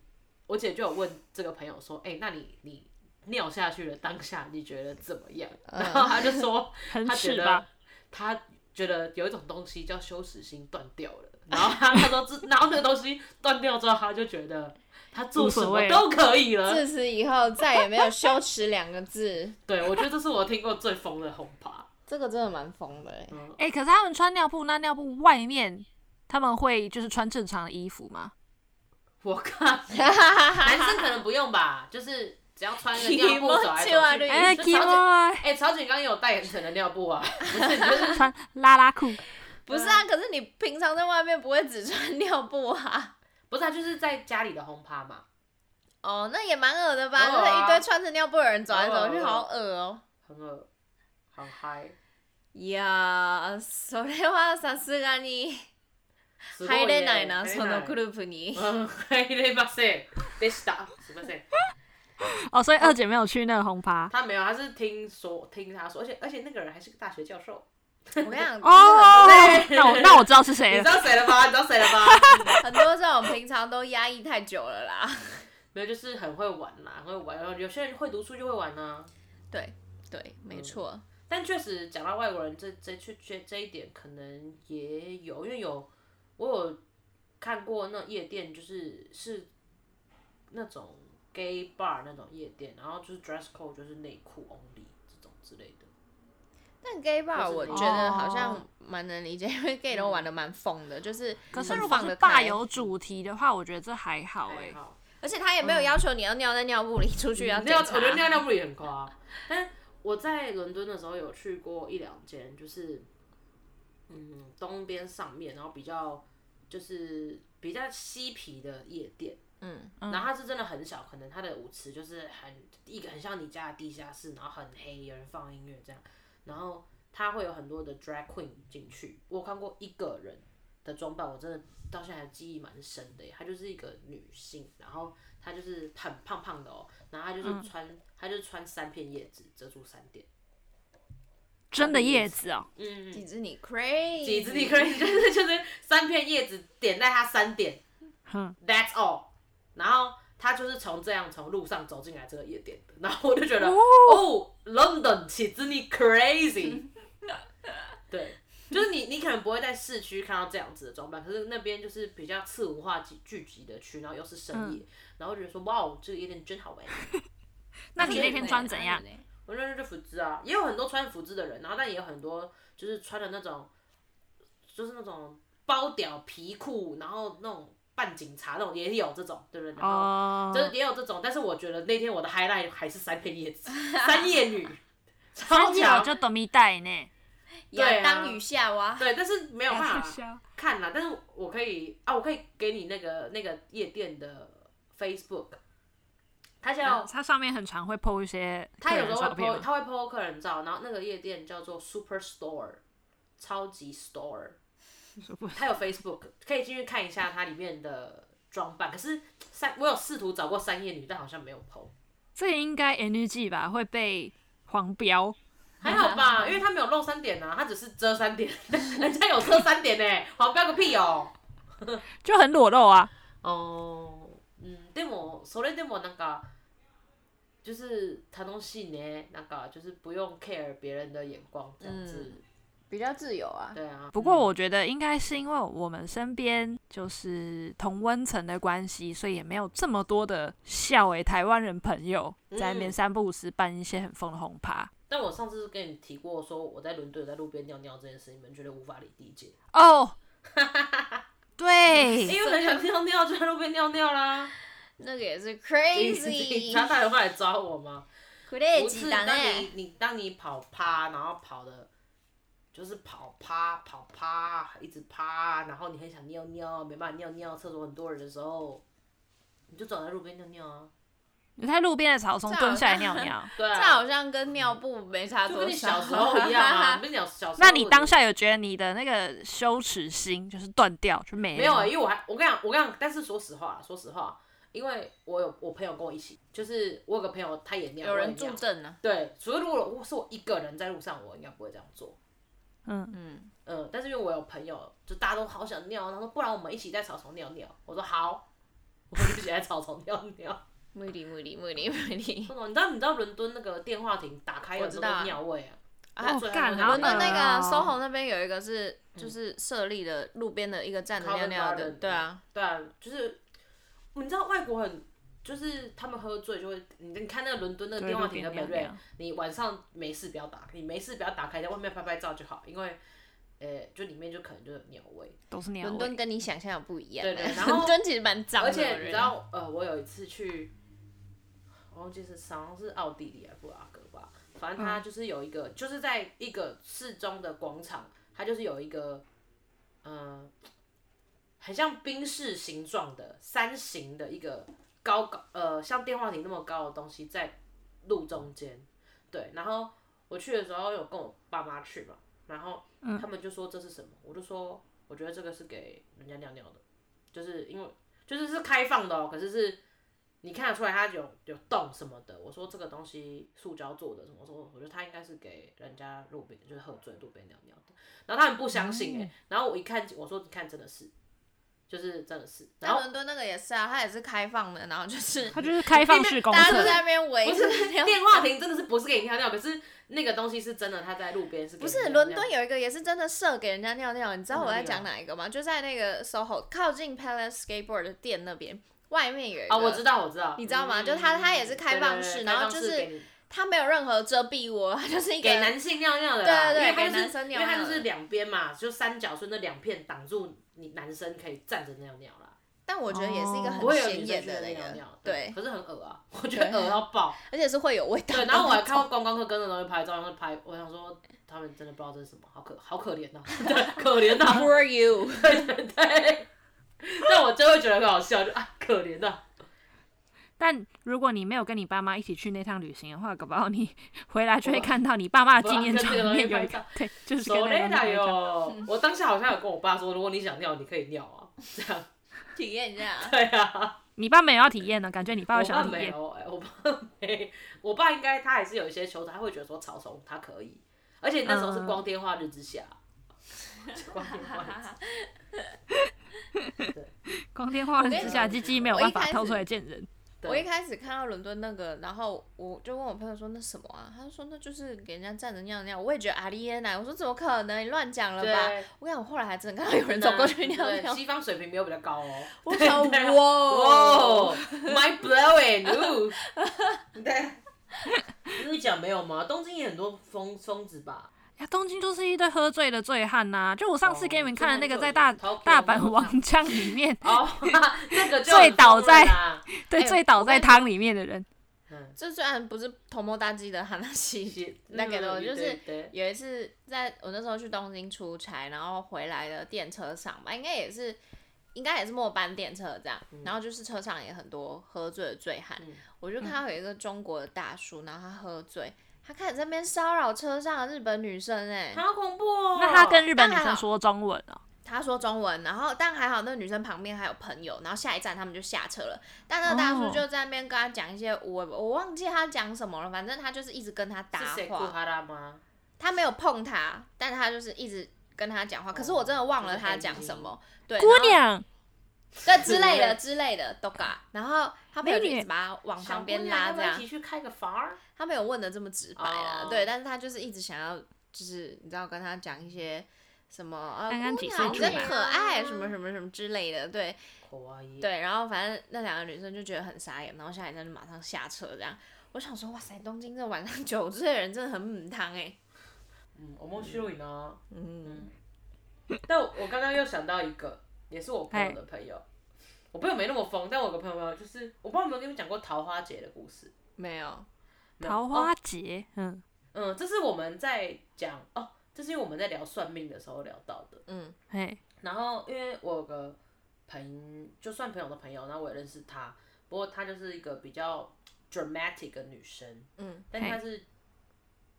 [SPEAKER 3] 我姐就有问这个朋友说，哎、那你你尿下去了当下你觉得怎么样？
[SPEAKER 1] 嗯
[SPEAKER 3] 然后他就说
[SPEAKER 2] 很
[SPEAKER 3] 他觉
[SPEAKER 2] 耻
[SPEAKER 3] 得
[SPEAKER 2] 吧？
[SPEAKER 3] 他觉得有一种东西叫羞耻心断掉了，然后他他说这然后那个东西断掉之后，他就觉得他做
[SPEAKER 2] 无
[SPEAKER 3] 什
[SPEAKER 2] 所
[SPEAKER 3] 么
[SPEAKER 2] 谓
[SPEAKER 3] 都可以了，
[SPEAKER 1] 自此以后再也没有羞耻两个字，
[SPEAKER 3] 对，我觉得这是我听过最疯的轰趴。
[SPEAKER 1] 这个真的蛮疯的哎。
[SPEAKER 3] 嗯
[SPEAKER 2] 哎、可是他们穿尿布，那尿布外面他们会就是穿正常的衣服吗？
[SPEAKER 3] 我看 男生可能不用吧，就是只要穿个尿布走来走
[SPEAKER 1] 気持ち悪
[SPEAKER 3] 去。
[SPEAKER 1] い
[SPEAKER 2] 哎、
[SPEAKER 3] 就
[SPEAKER 2] 奇
[SPEAKER 3] 小姐，
[SPEAKER 2] 怪，
[SPEAKER 3] 哎，曹景刚有代言成的尿布啊，不是你就是
[SPEAKER 2] 穿拉拉裤，
[SPEAKER 1] 不是啊，可是你平常在外面不会只穿尿布啊。
[SPEAKER 3] 不是啊，就是在家里的轰趴嘛，
[SPEAKER 1] 哦，那也蛮恶的吧？
[SPEAKER 3] 偶尔
[SPEAKER 1] 那、
[SPEAKER 3] 啊
[SPEAKER 1] 一堆穿着尿布的人走来走去，
[SPEAKER 3] 偶尔
[SPEAKER 1] 好恶哦、
[SPEAKER 3] 很恶，很嗨。
[SPEAKER 1] いやー、それはさすがに
[SPEAKER 3] すご
[SPEAKER 1] 入れないな、
[SPEAKER 3] 耶
[SPEAKER 1] そのグループに。
[SPEAKER 3] 嗯，入れませんでした。すみません，
[SPEAKER 2] 哦，所以二姐没有去那个轰 趴。
[SPEAKER 3] 他没有，他是听说听他说，而且而且那个人还是个大学教授，
[SPEAKER 1] 我跟你讲，
[SPEAKER 2] 哦
[SPEAKER 1] 就是，
[SPEAKER 2] 那我那我知道是
[SPEAKER 3] 你
[SPEAKER 2] 谁
[SPEAKER 3] 知
[SPEAKER 2] 了。
[SPEAKER 3] 道谁了吧？ 你知道谁了吧？
[SPEAKER 1] 很多很多这种平常都压抑太久了啦。
[SPEAKER 3] 没有，就是很会玩啊啦，很会玩。然后有些人会读书就会玩啊。
[SPEAKER 1] 对对，没错。
[SPEAKER 3] 但确实讲到外国人这这去这这一点，可能也有，因为有我有看过那夜店，就是是那种 gay bar 那种夜店，然后就是 dress code 就是内裤 only 这种之类的。
[SPEAKER 1] 但 gay bar
[SPEAKER 3] 或
[SPEAKER 1] 我
[SPEAKER 3] 是
[SPEAKER 1] 觉得
[SPEAKER 2] 哦
[SPEAKER 1] 好像蛮能理解，因为 gay 都玩的蛮疯的，就是
[SPEAKER 2] 可是
[SPEAKER 1] 很
[SPEAKER 2] 如果
[SPEAKER 1] 放
[SPEAKER 2] 是
[SPEAKER 1] 得
[SPEAKER 2] 爸
[SPEAKER 1] 开
[SPEAKER 2] 有主题的话，我觉得这还好哎、
[SPEAKER 3] 还好，
[SPEAKER 1] 而且他也没有要求你要尿在尿布里，出去要检
[SPEAKER 3] 嗯尿，
[SPEAKER 1] 查。
[SPEAKER 3] 我觉得尿尿布也很夸。但我在伦敦的时候有去过一两间，就是嗯东边上面，然后比较就是比较嬉皮的夜店。
[SPEAKER 1] 嗯，
[SPEAKER 3] 然后它是真的很小，可能它的舞池就是很一个很像你家的地下室，然后很黑，有人放音乐这样，然后它会有很多的 drag queen 进去。我有看过一个人的装扮，我真的到现在还记忆蛮深的耶。她就是一个女性，然后她就是很胖胖的哦，然后她就是穿、她就是穿三片叶子遮住三点，
[SPEAKER 2] 真的叶子哦，
[SPEAKER 3] 嗯，
[SPEAKER 1] 几只你 crazy，
[SPEAKER 3] 几只你可以就是就是三片叶子点在她三点
[SPEAKER 2] 哼，
[SPEAKER 3] ，That's all。然后他就是从这样从路上走进来这个夜店的，然后我就觉得，哦
[SPEAKER 2] 哦
[SPEAKER 3] l o n d o n 岂止你 crazy，对，就是你你可能不会在市区看到这样子的装扮，可是那边就是比较次文化聚聚集的区，然后又是深夜，然后就觉得说，哇，这个夜店真好玩。
[SPEAKER 2] 那你那天穿怎样？
[SPEAKER 3] 我认识就福织啊，也有很多穿福织的人，然后但也有很多就是穿的那种，就是那种包屌皮裤，然后那种扮警察那种也有这种，对不对？然后
[SPEAKER 2] 哦
[SPEAKER 3] 就，是也有这种，但是我觉得那天我的 highlight 还是三片叶子，三叶 女，超
[SPEAKER 2] 三角
[SPEAKER 3] 强，
[SPEAKER 2] 就短米带呢。
[SPEAKER 1] 亚
[SPEAKER 3] 对啊
[SPEAKER 1] 当与夏娃，
[SPEAKER 3] 对，但是没有办法
[SPEAKER 2] 笑。
[SPEAKER 3] 看啦，但是我可以啊，我可以给你那个那个夜店的 Facebook，它叫
[SPEAKER 2] 它上面很常会 PO 一些
[SPEAKER 3] 他有
[SPEAKER 2] 啊客人
[SPEAKER 3] 时候
[SPEAKER 2] 照
[SPEAKER 3] 会
[SPEAKER 2] 片
[SPEAKER 3] po，
[SPEAKER 2] 嘛，
[SPEAKER 3] 他会 po 客人照，然后那个夜店叫做 Super Store，超级 Store，他有 Facebook，可以进去看一下它里面的装扮。可是三，我有试图找过三叶女，但好像没有 po，
[SPEAKER 2] 这个应该 NG 吧会被黄标。
[SPEAKER 3] 还好吧，因为他没有露三点啊，他只是遮三点，人家有遮三点呢、黄标个屁哦、
[SPEAKER 2] 就很裸露啊。
[SPEAKER 3] 哦，嗯，でもそれでもなんか就是楽しいね，なんか就是不用 care 别人的眼光这样子。
[SPEAKER 1] 比较自由啊。
[SPEAKER 3] 对啊。
[SPEAKER 2] 不过我觉得应该是因为我们身边就是同温层的关系，所以也没有这么多的笑诶、台湾人朋友在那边
[SPEAKER 3] 嗯
[SPEAKER 2] 三不五时办一些很疯的轰趴。
[SPEAKER 3] 但我上次是跟你提过，说我在伦敦有在路边尿尿这件事，你们觉得无法理理解？
[SPEAKER 2] 哦，对，
[SPEAKER 3] 因为很想尿尿，就在路边尿尿啦。
[SPEAKER 1] 那个也是
[SPEAKER 3] 他
[SPEAKER 1] crazy，
[SPEAKER 3] 打电话来抓我吗？不是，
[SPEAKER 1] crazy
[SPEAKER 3] 当
[SPEAKER 1] 的
[SPEAKER 3] 你
[SPEAKER 1] 呢。
[SPEAKER 3] 你当你跑趴，然后跑的，就是跑趴跑趴，一直趴，然后你很想尿尿，没办法尿尿，厕所很多人的时候，你就走在路边尿尿啊。
[SPEAKER 2] 你在路边的草丛蹲下来尿尿。
[SPEAKER 3] 对
[SPEAKER 1] 这
[SPEAKER 3] 啊，
[SPEAKER 1] 好像跟尿布没差
[SPEAKER 3] 就跟
[SPEAKER 1] 多
[SPEAKER 3] 你
[SPEAKER 1] 少。
[SPEAKER 3] 小时候一样啊， 你跟小小时候。
[SPEAKER 2] 那 你当下有觉得你的那个羞耻心就是断掉，就没了？
[SPEAKER 3] 没有啊、因为我还我跟你讲，我跟你讲，但是说实话啊，说实话，因为我有我朋友跟我一起，就是我有个朋友他也尿，
[SPEAKER 1] 有人
[SPEAKER 3] 我也
[SPEAKER 1] 助
[SPEAKER 3] 尿。
[SPEAKER 1] 阵呢。
[SPEAKER 3] 对，除非如果我是我一个人在路上，我应该不会这样做。
[SPEAKER 2] 嗯，
[SPEAKER 1] 嗯，
[SPEAKER 3] 嗯，但是因为我有朋友，就大家都好想尿，他说不然我们一起在草丛尿尿。我说好，我们一起在草丛尿尿。
[SPEAKER 1] 目的目的目的目的。
[SPEAKER 3] 那 种你知道你知道伦敦那个电话亭打开有
[SPEAKER 1] 我
[SPEAKER 3] 时
[SPEAKER 1] 知
[SPEAKER 3] 候
[SPEAKER 1] 道啊
[SPEAKER 3] 都尿味啊，
[SPEAKER 1] 啊
[SPEAKER 3] 我
[SPEAKER 2] 哦
[SPEAKER 3] 最爱
[SPEAKER 2] 干
[SPEAKER 3] 喝
[SPEAKER 2] 好
[SPEAKER 1] 伦
[SPEAKER 2] 恶
[SPEAKER 1] 敦那个啊
[SPEAKER 2] 哦
[SPEAKER 1] SOHO 那边有一个是就是设立的路边的一个站着尿尿
[SPEAKER 3] Covent
[SPEAKER 1] 的，
[SPEAKER 3] Garden
[SPEAKER 1] 对啊，
[SPEAKER 3] 对啊，就是你知道外国很就是他们喝醉就会，你你看那个伦敦那个
[SPEAKER 2] 对
[SPEAKER 3] 电话
[SPEAKER 2] 路
[SPEAKER 3] 亭
[SPEAKER 2] 边
[SPEAKER 3] 跟
[SPEAKER 2] 尿
[SPEAKER 3] 美瑞
[SPEAKER 2] 尿，
[SPEAKER 3] 你晚上没事不要打，你没事不要打开，在外面拍拍照就好，因为呃就里面就可能就有尿味。
[SPEAKER 2] 都是尿
[SPEAKER 1] 伦
[SPEAKER 2] 味
[SPEAKER 1] 敦。跟你想象的不一样。
[SPEAKER 3] 对对然后
[SPEAKER 1] 伦敦其实蛮脏的。
[SPEAKER 3] 而
[SPEAKER 1] 我
[SPEAKER 3] 且
[SPEAKER 1] 觉
[SPEAKER 3] 你
[SPEAKER 1] 得
[SPEAKER 3] 知道，呃，我有一次去，我忘记是好像是奥地利还是布拉格吧，反正它就是有一个，就是在一个市中的广场，它就是有一个，嗯、很像冰室形状的三形的一个高高，呃，像电话亭那么高的东西在路中间，对，然后我去的时候有跟我爸妈去嘛，然后他们就说这是什么，我就说我觉得这个是给人家尿尿的，就是因为就是是开放的哦，可是是你看得出来它有有洞什么的。我说这个东西塑胶做的什么，我说我觉得它应该是给人家路边就是喝醉路边尿尿的，然后他们不相信哎、然后我一看我说你看真的是，就是真的是，然
[SPEAKER 1] 但
[SPEAKER 3] 后
[SPEAKER 1] 伦敦那个也是啊，它也是开放的，然后就是
[SPEAKER 2] 它就是开放式公
[SPEAKER 1] 大家都
[SPEAKER 2] 厕，
[SPEAKER 1] 在那边围
[SPEAKER 3] 不
[SPEAKER 1] 着
[SPEAKER 3] 是
[SPEAKER 1] 尿。
[SPEAKER 3] 电话亭真的是不是给你尿尿，可是那个东西是真的，它在路边是给
[SPEAKER 1] 不
[SPEAKER 3] 人家
[SPEAKER 1] 是
[SPEAKER 3] 尿
[SPEAKER 1] 伦敦有一个也是真的射给人家尿尿，你知道我在
[SPEAKER 3] 哦
[SPEAKER 1] 讲哪一个吗？就在那个 SOHO 靠近 Palace Skateboard 的店那边，外面有一个，
[SPEAKER 3] 啊，我知道我知道，
[SPEAKER 1] 你知道吗
[SPEAKER 3] 嗯
[SPEAKER 1] 就它它也是开放式
[SPEAKER 3] 对对对
[SPEAKER 1] 然后
[SPEAKER 3] 开放式
[SPEAKER 1] 就是
[SPEAKER 3] 给你
[SPEAKER 1] 它没有任何遮蔽我，它就是一个
[SPEAKER 3] 给男性尿尿的
[SPEAKER 1] 对
[SPEAKER 3] 啦，
[SPEAKER 1] 对对
[SPEAKER 3] 因为它就
[SPEAKER 1] 给
[SPEAKER 3] 是
[SPEAKER 1] 男生尿
[SPEAKER 3] 因
[SPEAKER 1] 尿
[SPEAKER 3] 为
[SPEAKER 1] 的
[SPEAKER 3] 它就是两边嘛，就三角所以那两片挡住你男生可以站着尿尿啦，
[SPEAKER 1] 但我觉得也是一个
[SPEAKER 2] 哦
[SPEAKER 3] 不会
[SPEAKER 1] 很
[SPEAKER 3] 有女
[SPEAKER 1] 显眼
[SPEAKER 3] 生去那
[SPEAKER 1] 的那
[SPEAKER 3] 边尿
[SPEAKER 1] 个
[SPEAKER 3] 尿，，
[SPEAKER 1] 对，
[SPEAKER 3] 可是很恶啊，我觉得恶到 爆。
[SPEAKER 1] 而且是会有味道的
[SPEAKER 3] 对，
[SPEAKER 1] 那种。
[SPEAKER 3] 然 后我还看过观光客跟着东西拍照，然后拍，我想说他们真的不知道这是什么，好可好可怜呐、 对，可怜呐、
[SPEAKER 1] Who are you？
[SPEAKER 3] 对。但我就会觉得很好笑，就啊可怜 呐、
[SPEAKER 2] 但如果你没有跟你爸妈一起去那趟旅行的话，搞不好你 回来就会看到你爸妈的纪念照里面有一
[SPEAKER 3] 我要
[SPEAKER 2] 个
[SPEAKER 3] 跟这个东西拍照，
[SPEAKER 2] 对，就是跟
[SPEAKER 3] 手
[SPEAKER 2] 那
[SPEAKER 3] 累
[SPEAKER 2] 个东
[SPEAKER 3] 的
[SPEAKER 2] 西拍照
[SPEAKER 3] 啊哟。我当下好像有跟我爸说，如果你想尿，你可以尿啊，这样。
[SPEAKER 1] 体验一下，
[SPEAKER 3] 对啊。
[SPEAKER 2] 你爸没有要体验呢，感觉你爸
[SPEAKER 3] 我
[SPEAKER 2] 会想
[SPEAKER 3] 爸
[SPEAKER 2] 要体
[SPEAKER 3] 没
[SPEAKER 2] 验。
[SPEAKER 3] 有、哎，我爸 没，我爸应该他还是有一些求助，他会觉得说草丛他可以，而且那时候是
[SPEAKER 1] 嗯
[SPEAKER 3] 光天化日之下， 光天化日之 下，
[SPEAKER 2] 光天化日之下，
[SPEAKER 3] 我跟
[SPEAKER 2] 鸡鸡没有
[SPEAKER 1] 我
[SPEAKER 2] 办
[SPEAKER 1] 一
[SPEAKER 2] 法
[SPEAKER 1] 开始
[SPEAKER 2] 掏出来见人。
[SPEAKER 3] 对
[SPEAKER 1] 我一开始看到伦敦那个，然后我就问我朋友说那什么啊？他就说那就是给人家站着尿尿。我也觉得啊阿丽耶奶，我说怎么可能？你乱讲了吧
[SPEAKER 3] 对？
[SPEAKER 1] 我跟你讲，我后来还真的看到有人走过去尿
[SPEAKER 3] 对
[SPEAKER 1] 尿，
[SPEAKER 3] 西方水平没有比较高哦。
[SPEAKER 1] 我想
[SPEAKER 3] 对啊
[SPEAKER 1] 哇
[SPEAKER 3] 哇
[SPEAKER 1] 哦，
[SPEAKER 3] ，mind blowing！哦对，你讲没有吗？东京也很多疯疯子吧？
[SPEAKER 2] 呀，东京就是一堆喝醉的醉汉呐、就我上次给你们看的那个，在大、
[SPEAKER 3] 哦这么醉
[SPEAKER 2] 大阪王将里面，
[SPEAKER 3] 哦，那个就
[SPEAKER 2] 醉
[SPEAKER 3] 很
[SPEAKER 2] 倒
[SPEAKER 3] 疯了
[SPEAKER 2] 在
[SPEAKER 3] 啦
[SPEAKER 2] 对，
[SPEAKER 1] 哎
[SPEAKER 2] 醉倒在
[SPEAKER 1] 我跟
[SPEAKER 2] 汤里面的人，
[SPEAKER 3] 嗯，
[SPEAKER 1] 这虽然不是头毛大鸡的哈纳西，那
[SPEAKER 3] 那
[SPEAKER 1] 个的我就是
[SPEAKER 3] 嗯对对
[SPEAKER 1] 有一次在我那时候去东京出差，然后回来的电车上吧，应该也是。应该也是末班电车这样，然后就是车上也很多喝醉的醉汉，
[SPEAKER 3] 嗯
[SPEAKER 1] 我就看到有一个中国的大叔，然后他喝醉，他开始在那边骚扰车上的日本女生、哎，
[SPEAKER 3] 好恐怖哦。
[SPEAKER 2] 那他跟日本女
[SPEAKER 1] 那还
[SPEAKER 2] 生
[SPEAKER 1] 好
[SPEAKER 2] 说中文哦、
[SPEAKER 1] 他说中文，然后但还好那个女生旁边还有朋友，然后下一站他们就下车了。但那个大叔
[SPEAKER 2] 哦
[SPEAKER 1] 就在那边跟他讲一些我我忘记他讲什么了，反正他就是一直跟他搭
[SPEAKER 3] 是谁库
[SPEAKER 1] 话，
[SPEAKER 3] 哈拉吗？
[SPEAKER 1] 他没有碰他，但他就是一直跟他讲话。可是我真的忘了他讲什么，对，
[SPEAKER 2] 姑
[SPEAKER 1] 然后
[SPEAKER 2] 娘，
[SPEAKER 1] 对之类的之类的都嘎。然后他朋友就
[SPEAKER 2] 美女
[SPEAKER 1] 一直把他往
[SPEAKER 3] 小
[SPEAKER 1] 旁
[SPEAKER 3] 姑
[SPEAKER 1] 边
[SPEAKER 3] 娘
[SPEAKER 1] 拉，
[SPEAKER 3] 要不
[SPEAKER 1] 这
[SPEAKER 3] 要
[SPEAKER 1] 样
[SPEAKER 3] 一起去开个房儿。
[SPEAKER 1] 他没有问的这么直白啦，
[SPEAKER 3] 哦
[SPEAKER 1] 对，但是他就是一直想要就是你知道跟他讲一些什么啊，
[SPEAKER 2] 刚刚
[SPEAKER 1] 姑
[SPEAKER 2] 几
[SPEAKER 1] 娘
[SPEAKER 2] 岁
[SPEAKER 1] 你
[SPEAKER 2] 出
[SPEAKER 1] 真
[SPEAKER 2] 来
[SPEAKER 1] 可爱什么什么什么之类的，对
[SPEAKER 3] 口啊耶，
[SPEAKER 1] 对，然后反正那两个女生就觉得很傻眼，然后下一站就马上下车这样。我想说，哇塞，东京这晚上酒醉的人真的很母汤哎、
[SPEAKER 3] 嗯，我面白いな。
[SPEAKER 1] 嗯，
[SPEAKER 3] 但我刚刚又想到一个，也是我朋友的朋友，我朋友没那么疯，但我有个朋友就是，我不知道有没有跟你们讲过桃花节的故事。
[SPEAKER 1] 没有，
[SPEAKER 3] 没有
[SPEAKER 2] 桃花
[SPEAKER 3] 哦
[SPEAKER 2] 节，嗯，
[SPEAKER 3] 嗯，这是我们在讲哦，这是因为我们在聊算命的时候聊到的。
[SPEAKER 1] 嗯
[SPEAKER 2] 嘿，
[SPEAKER 3] 然后因为我有个朋，就算朋友的朋友，然后我也认识她，不过她就是一个比较 dramatic 的女生，
[SPEAKER 1] 嗯
[SPEAKER 3] 但她是，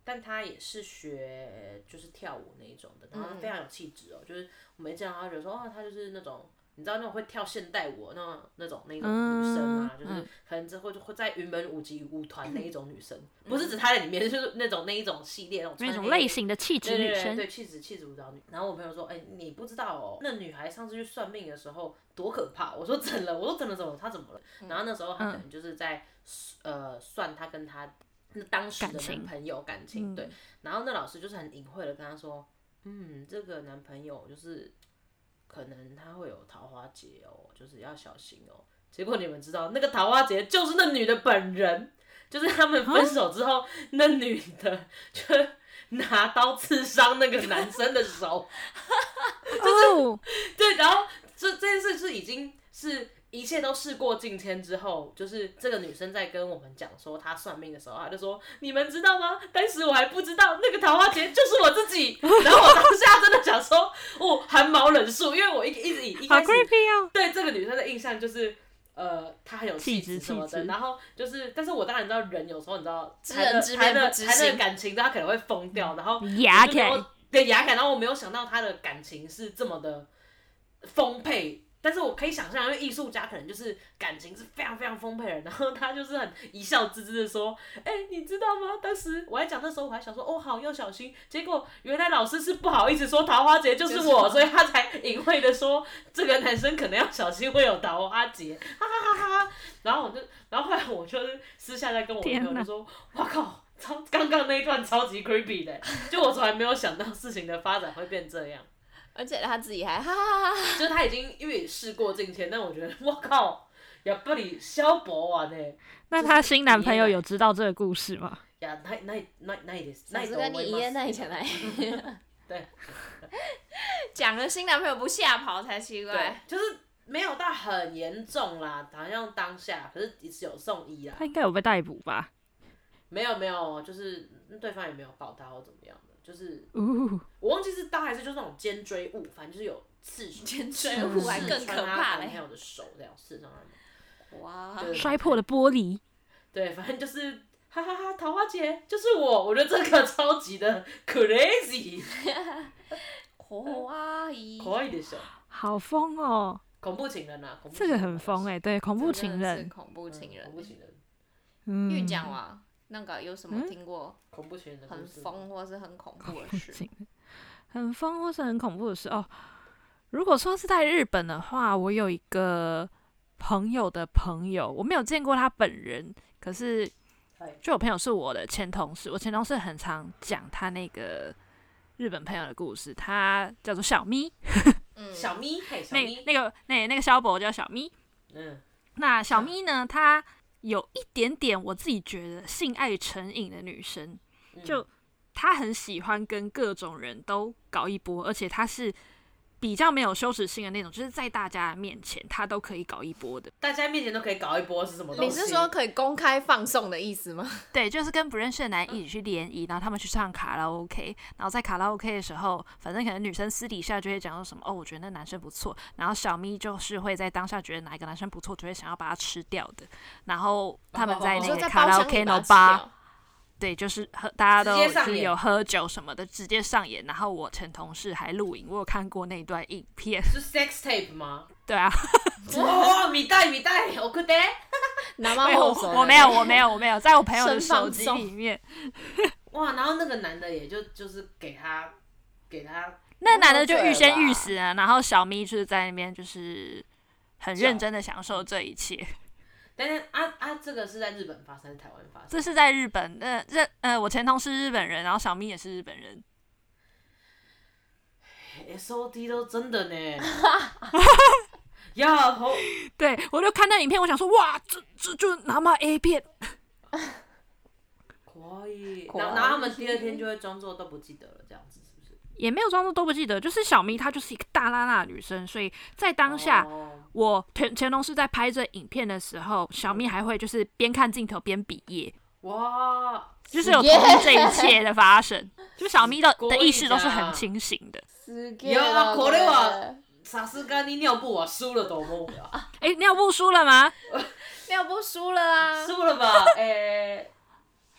[SPEAKER 3] 但她也是学就是跳舞那一种的，然后
[SPEAKER 2] 嗯
[SPEAKER 3] 非常有气质哦，就是我每次见到她，觉得说哦，她就是那种。你知道那种会跳现代舞的那种那种那种女生啊，
[SPEAKER 2] 嗯
[SPEAKER 3] 就是可能之后就会在云门舞集舞团那一种女生，不是指她在里面，就是那种那一种系列那种
[SPEAKER 2] 嗯
[SPEAKER 3] 穿
[SPEAKER 2] 那种
[SPEAKER 3] 黑
[SPEAKER 2] 类型的气质
[SPEAKER 3] 对
[SPEAKER 2] 女
[SPEAKER 3] 对对
[SPEAKER 2] 生，
[SPEAKER 3] 对，气质气质舞蹈女。然后我朋友说，哎、你不知道哦，那女孩上次去算命的时候多可怕。我说怎了？我说怎了怎么？她怎么了？
[SPEAKER 2] 嗯
[SPEAKER 3] 然后那时候她可能就是在、呃算她跟她当时的
[SPEAKER 2] 感情
[SPEAKER 3] 男朋友感情，对。然后那老师就是很隐晦的跟她说，嗯，这个男朋友就是可能他会有桃花劫哦，就是要小心哦。结果你们知道，那个桃花劫就是那女的本人，就是他们分手之后，那女的就拿刀刺伤那个男生的手。
[SPEAKER 2] 哦，
[SPEAKER 3] 对，然后这这件事是已经是一切都事过境迁之后，就是这个女生在跟我们讲说她算命的时候，她就说：“你们知道吗？当时我还不知道那个桃花劫就是我自己。”然后我当下真的想说：“哦，寒毛冷竖，因为我一一直以一
[SPEAKER 2] 好
[SPEAKER 3] 开始
[SPEAKER 2] creepy 哦，
[SPEAKER 3] 对这个女生的印象就是。呃，她很有气
[SPEAKER 2] 气
[SPEAKER 3] 质
[SPEAKER 2] 质
[SPEAKER 3] 什么
[SPEAKER 2] 气
[SPEAKER 3] 的，
[SPEAKER 2] 质
[SPEAKER 3] 然后就是，但是我当然知道人有时候你知道，
[SPEAKER 1] 知
[SPEAKER 3] 谈
[SPEAKER 1] 人
[SPEAKER 3] 了
[SPEAKER 1] 知
[SPEAKER 3] 谈
[SPEAKER 1] 面不
[SPEAKER 3] 了
[SPEAKER 1] 知
[SPEAKER 3] 谈了
[SPEAKER 1] 心
[SPEAKER 3] 感情，他可能会疯掉，然后
[SPEAKER 2] 牙
[SPEAKER 3] 就没有
[SPEAKER 2] 感，
[SPEAKER 3] 对雅感，然后我没有想到他的感情是这么的丰沛，但是我可以想象，因为艺术家可能就是感情是非常非常丰沛的人，然后他就是很一笑置之的说：“哎、你知道吗？当时我还讲那时候我还想说哦好要小心，结果原来老师是不好意思说桃花劫就是
[SPEAKER 1] 就是
[SPEAKER 3] 我，
[SPEAKER 1] 我
[SPEAKER 3] 所以他才隐晦的说这个男生可能要小心会有桃花劫，哈哈哈哈哈。”然后我就，然后后来我就是私下在跟我朋
[SPEAKER 2] 天
[SPEAKER 3] 友就
[SPEAKER 2] 哪
[SPEAKER 3] 说：“哇靠！”超刚刚那一段超级 creepy 的，就我从来没有想到事情的发展会变这样，
[SPEAKER 1] 而且他自己还哈哈哈哈，
[SPEAKER 3] 就是他已经因为事过境迁，但我觉得我靠，也不里消薄啊呢，
[SPEAKER 2] 那
[SPEAKER 3] 就是
[SPEAKER 2] 她新男朋友
[SPEAKER 3] 爷爷
[SPEAKER 2] 有知道这个故事吗？
[SPEAKER 3] 呀，那那那那也是，那
[SPEAKER 1] 那
[SPEAKER 3] 也
[SPEAKER 1] 是跟你爷爷那一起来，
[SPEAKER 3] 对，
[SPEAKER 1] 讲了新男朋友不吓跑才奇
[SPEAKER 3] 对
[SPEAKER 1] 怪。，
[SPEAKER 3] 就是没有到很严重啦，好像当下，可是有送医啦
[SPEAKER 2] 她，应该有被逮捕吧？
[SPEAKER 3] 没有没有，就是嗯对方也没有告他或怎么样的，就是
[SPEAKER 2] 呜，
[SPEAKER 3] 我忘记是刀还是就是那种尖锥物，反正就是有刺
[SPEAKER 1] 尖锥物还更可怕嘞啊
[SPEAKER 3] 还有的手这样刺伤他们。
[SPEAKER 1] 哇，
[SPEAKER 3] 对
[SPEAKER 2] 摔破了玻璃，
[SPEAKER 3] 对，反正就是哈哈哈，桃花节就是我，我 觉得这个超级的 crazy，
[SPEAKER 1] 可阿姨，
[SPEAKER 3] 可爱的小
[SPEAKER 2] 好疯哦，
[SPEAKER 3] 恐怖情人啊，恐怖
[SPEAKER 2] 这
[SPEAKER 3] 情人
[SPEAKER 2] 个很疯哎、对，恐怖情
[SPEAKER 1] 真的是
[SPEAKER 2] 人，
[SPEAKER 1] 恐怖情
[SPEAKER 3] 嗯恐怖
[SPEAKER 1] 人。
[SPEAKER 3] 情人，
[SPEAKER 2] 嗯，
[SPEAKER 1] 玉讲完，那个有什么
[SPEAKER 2] 嗯
[SPEAKER 1] 听过
[SPEAKER 3] 恐怖情人的
[SPEAKER 1] 很
[SPEAKER 3] 故事
[SPEAKER 1] 疯或是很恐怖的
[SPEAKER 2] 不
[SPEAKER 1] 事？
[SPEAKER 2] 行，很疯或是很恐怖的事哦。如果说是在日本的话，我有一个朋友的朋友，我没有见过他本人，可是
[SPEAKER 1] 哎
[SPEAKER 3] 嗨
[SPEAKER 2] 就有朋友是我的前同事，我前同事很常讲他那个日本朋友的故事，他叫做小咪，
[SPEAKER 1] 嗯，
[SPEAKER 3] 小咪，嘿，小
[SPEAKER 2] 那
[SPEAKER 3] 咪，
[SPEAKER 2] 那个那那个萧伯叫小咪。
[SPEAKER 3] 嗯，
[SPEAKER 2] 那小咪呢，她有一点点我自己觉得性爱成瘾的女生，
[SPEAKER 3] 嗯
[SPEAKER 2] 就他很喜欢跟各种人都搞一波，而且他是比较没有羞耻心的那种，就是在大家面前他都可以搞一波的。
[SPEAKER 3] 大家面前都可以搞一波是什么东
[SPEAKER 1] 你
[SPEAKER 3] 西？
[SPEAKER 1] 是说可以公开放送的意思吗？
[SPEAKER 2] 对，就是跟不认识的
[SPEAKER 1] 嗯
[SPEAKER 2] 男一起去联谊，然后他们去唱卡拉 OK，然后在卡拉 OK 的时候，反正可能女生私底下就会讲说什么哦，我觉得那男生不错，然后小咪就是会在当下觉得哪一个男生不错，就会想要把他吃掉的。然后他们在
[SPEAKER 3] 哦
[SPEAKER 1] 你
[SPEAKER 2] 哎那
[SPEAKER 1] 说
[SPEAKER 2] 个
[SPEAKER 1] 在
[SPEAKER 2] 卡
[SPEAKER 1] 包
[SPEAKER 2] 拉
[SPEAKER 1] 厢
[SPEAKER 2] OK
[SPEAKER 1] 里
[SPEAKER 2] 的
[SPEAKER 1] 把它吃
[SPEAKER 2] 吧。
[SPEAKER 1] 掉？
[SPEAKER 2] 对，就是喝，大家
[SPEAKER 3] 直
[SPEAKER 2] 都
[SPEAKER 3] 接上
[SPEAKER 2] 就是
[SPEAKER 3] 演
[SPEAKER 2] 有喝酒什么的，直接上演。然后我前同事还录影，我有看过那段影片。
[SPEAKER 3] 是 sex tape 吗？
[SPEAKER 2] 对啊，
[SPEAKER 3] 哇，米袋米袋，我可得，
[SPEAKER 1] 拿
[SPEAKER 2] 没
[SPEAKER 1] 到
[SPEAKER 2] 有，
[SPEAKER 1] 后手，
[SPEAKER 2] 我没有，我没有，我没有，在我朋友的
[SPEAKER 1] 生放
[SPEAKER 2] 手机
[SPEAKER 1] 纵
[SPEAKER 2] 里面，
[SPEAKER 3] 哇，然后那个男的也就就是给他给他
[SPEAKER 2] 那男的就欲仙欲死啊，然后小咪就是在那边就是很认真的享受这一 切。
[SPEAKER 3] 但是啊啊，这个是在日本发生，还是台湾发生？
[SPEAKER 2] 这是在日本，呃，日呃，我前同事日本人，然后小咪也是日本人，
[SPEAKER 3] S O D 都真 的呢。呀，好，
[SPEAKER 2] 对我就看那影片，我想说哇，这这就那么 A 片，
[SPEAKER 3] 可以。
[SPEAKER 1] 怖い
[SPEAKER 3] 然后，然后他们第二天就会装作都不记得了，这样子是不是？
[SPEAKER 2] 也没有装作都不记得，就是小咪她就是一个大拉拉的女生，所以在当下。
[SPEAKER 3] 哦
[SPEAKER 2] 我田乾隆是在拍这影片的时候，小咪还会就是边看镜头边比耶，
[SPEAKER 3] 哇，
[SPEAKER 2] 就是有同意这一切的发 生，就是小咪的的意识都是很清醒的。
[SPEAKER 1] すげえ
[SPEAKER 3] いや
[SPEAKER 1] な
[SPEAKER 3] これは
[SPEAKER 1] こ
[SPEAKER 3] さすがに尿布我输了，懂不？
[SPEAKER 2] 诶，尿布输了吗？
[SPEAKER 1] れ尿布输了啊！
[SPEAKER 3] 输了吧？哎，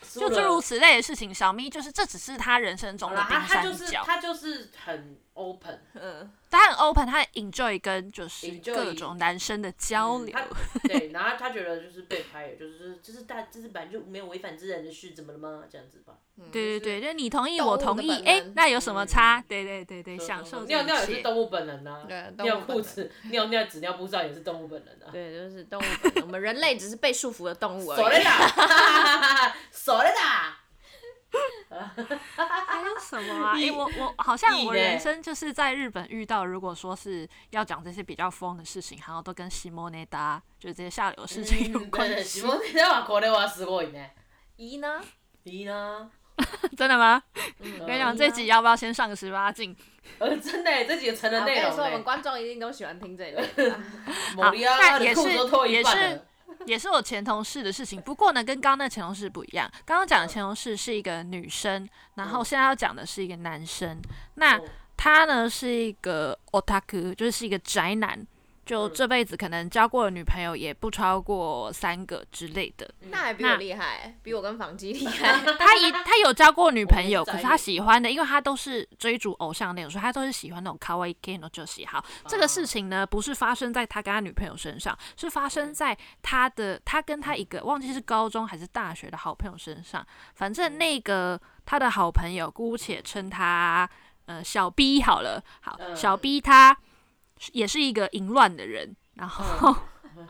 [SPEAKER 3] 输
[SPEAKER 2] 就
[SPEAKER 3] 了
[SPEAKER 2] 诸如此类的事情，小咪就是这只是他人生中
[SPEAKER 3] 好
[SPEAKER 2] 的
[SPEAKER 3] 啦，
[SPEAKER 2] 冰
[SPEAKER 3] 他他
[SPEAKER 2] 山
[SPEAKER 3] 就
[SPEAKER 2] 一
[SPEAKER 3] 是
[SPEAKER 2] 角。
[SPEAKER 3] 他就是很 open，
[SPEAKER 1] 嗯，
[SPEAKER 2] 他很 open，他很 enjoy 跟就是各
[SPEAKER 3] Enjoy 嗯
[SPEAKER 2] 种男生的交流。
[SPEAKER 3] 他对，然后他觉得就是被拍，也就是就是大，就是本来就没有违反自然的事，怎么了吗？这样子吧。
[SPEAKER 2] 对对对，就是你同意
[SPEAKER 1] 动物
[SPEAKER 2] 我同意
[SPEAKER 1] 的，本
[SPEAKER 2] 诶，
[SPEAKER 1] 能
[SPEAKER 2] 那有什么差？对对对对，
[SPEAKER 3] 嗯对
[SPEAKER 2] 享受这
[SPEAKER 3] 尿尿
[SPEAKER 2] 一
[SPEAKER 3] 也是
[SPEAKER 2] 切。
[SPEAKER 3] 动物本能呐、
[SPEAKER 1] 对啊动物
[SPEAKER 3] 尿
[SPEAKER 1] 本
[SPEAKER 3] 裤
[SPEAKER 1] 能
[SPEAKER 3] 子、尿尿纸尿布上也是动物本能啊。
[SPEAKER 1] 对，就是动物本能，我们人类只是被束缚的动物
[SPEAKER 3] 手
[SPEAKER 1] 而
[SPEAKER 3] 雷
[SPEAKER 1] 已。
[SPEAKER 3] 达，手雷达，
[SPEAKER 2] 还有什么 啊？
[SPEAKER 3] 意
[SPEAKER 2] 诶，我我好像
[SPEAKER 3] 意
[SPEAKER 2] 我
[SPEAKER 3] 呢
[SPEAKER 2] 人生就是在日本遇到，如果说是要讲这些比较疯的事情，然后都跟西莫内达就是 这些下流的事情有关系
[SPEAKER 3] 嗯西。蒙内达はこれはすごいね。
[SPEAKER 1] 一呢？
[SPEAKER 3] い いな。
[SPEAKER 2] 真的吗？
[SPEAKER 3] 嗯
[SPEAKER 2] 我跟你讲，
[SPEAKER 1] 嗯
[SPEAKER 2] 这集要不要先上个十八禁？
[SPEAKER 3] 呃，真的耶，这几个成
[SPEAKER 1] 啊
[SPEAKER 3] 人
[SPEAKER 1] 我跟
[SPEAKER 3] 内
[SPEAKER 1] 你
[SPEAKER 3] 容
[SPEAKER 1] 说，我们
[SPEAKER 3] 嘞。
[SPEAKER 1] 观众一定都喜欢听这一类的啊。
[SPEAKER 3] 某利亚拉
[SPEAKER 2] 那也是
[SPEAKER 3] 的裤子都脱一
[SPEAKER 2] 也
[SPEAKER 3] 半
[SPEAKER 2] 是
[SPEAKER 3] 了。
[SPEAKER 2] 也是我前同事的事情，不过呢，跟刚刚那前同事不一样。刚刚讲的前同事是一个女生，然后现在要讲的是一个男生。那
[SPEAKER 3] 哦
[SPEAKER 2] 他呢是一个 otaku，就是一个宅男，就
[SPEAKER 3] 嗯
[SPEAKER 2] 这辈子可能交过的女朋友也不超过三个之类的。
[SPEAKER 1] 那还比
[SPEAKER 2] 那
[SPEAKER 1] 我厉害，比我跟房基厉 害。
[SPEAKER 2] 他一他有交过女朋友，
[SPEAKER 3] 我
[SPEAKER 2] 可是
[SPEAKER 3] 们是宅女
[SPEAKER 2] 他喜欢的，因为他都是追逐偶像那种，所以他都是喜欢那种 kawaii k i n 就喜好。这个事情呢，不是发生在他跟他女朋友身上，是发生在他的他跟他一个忘记是高中还是大学的好朋友身上。反正那个他的好朋友，姑且称他呃小 B 好了，好
[SPEAKER 3] 嗯
[SPEAKER 2] 小 B 他也是一个淫乱的人，然后。
[SPEAKER 3] 嗯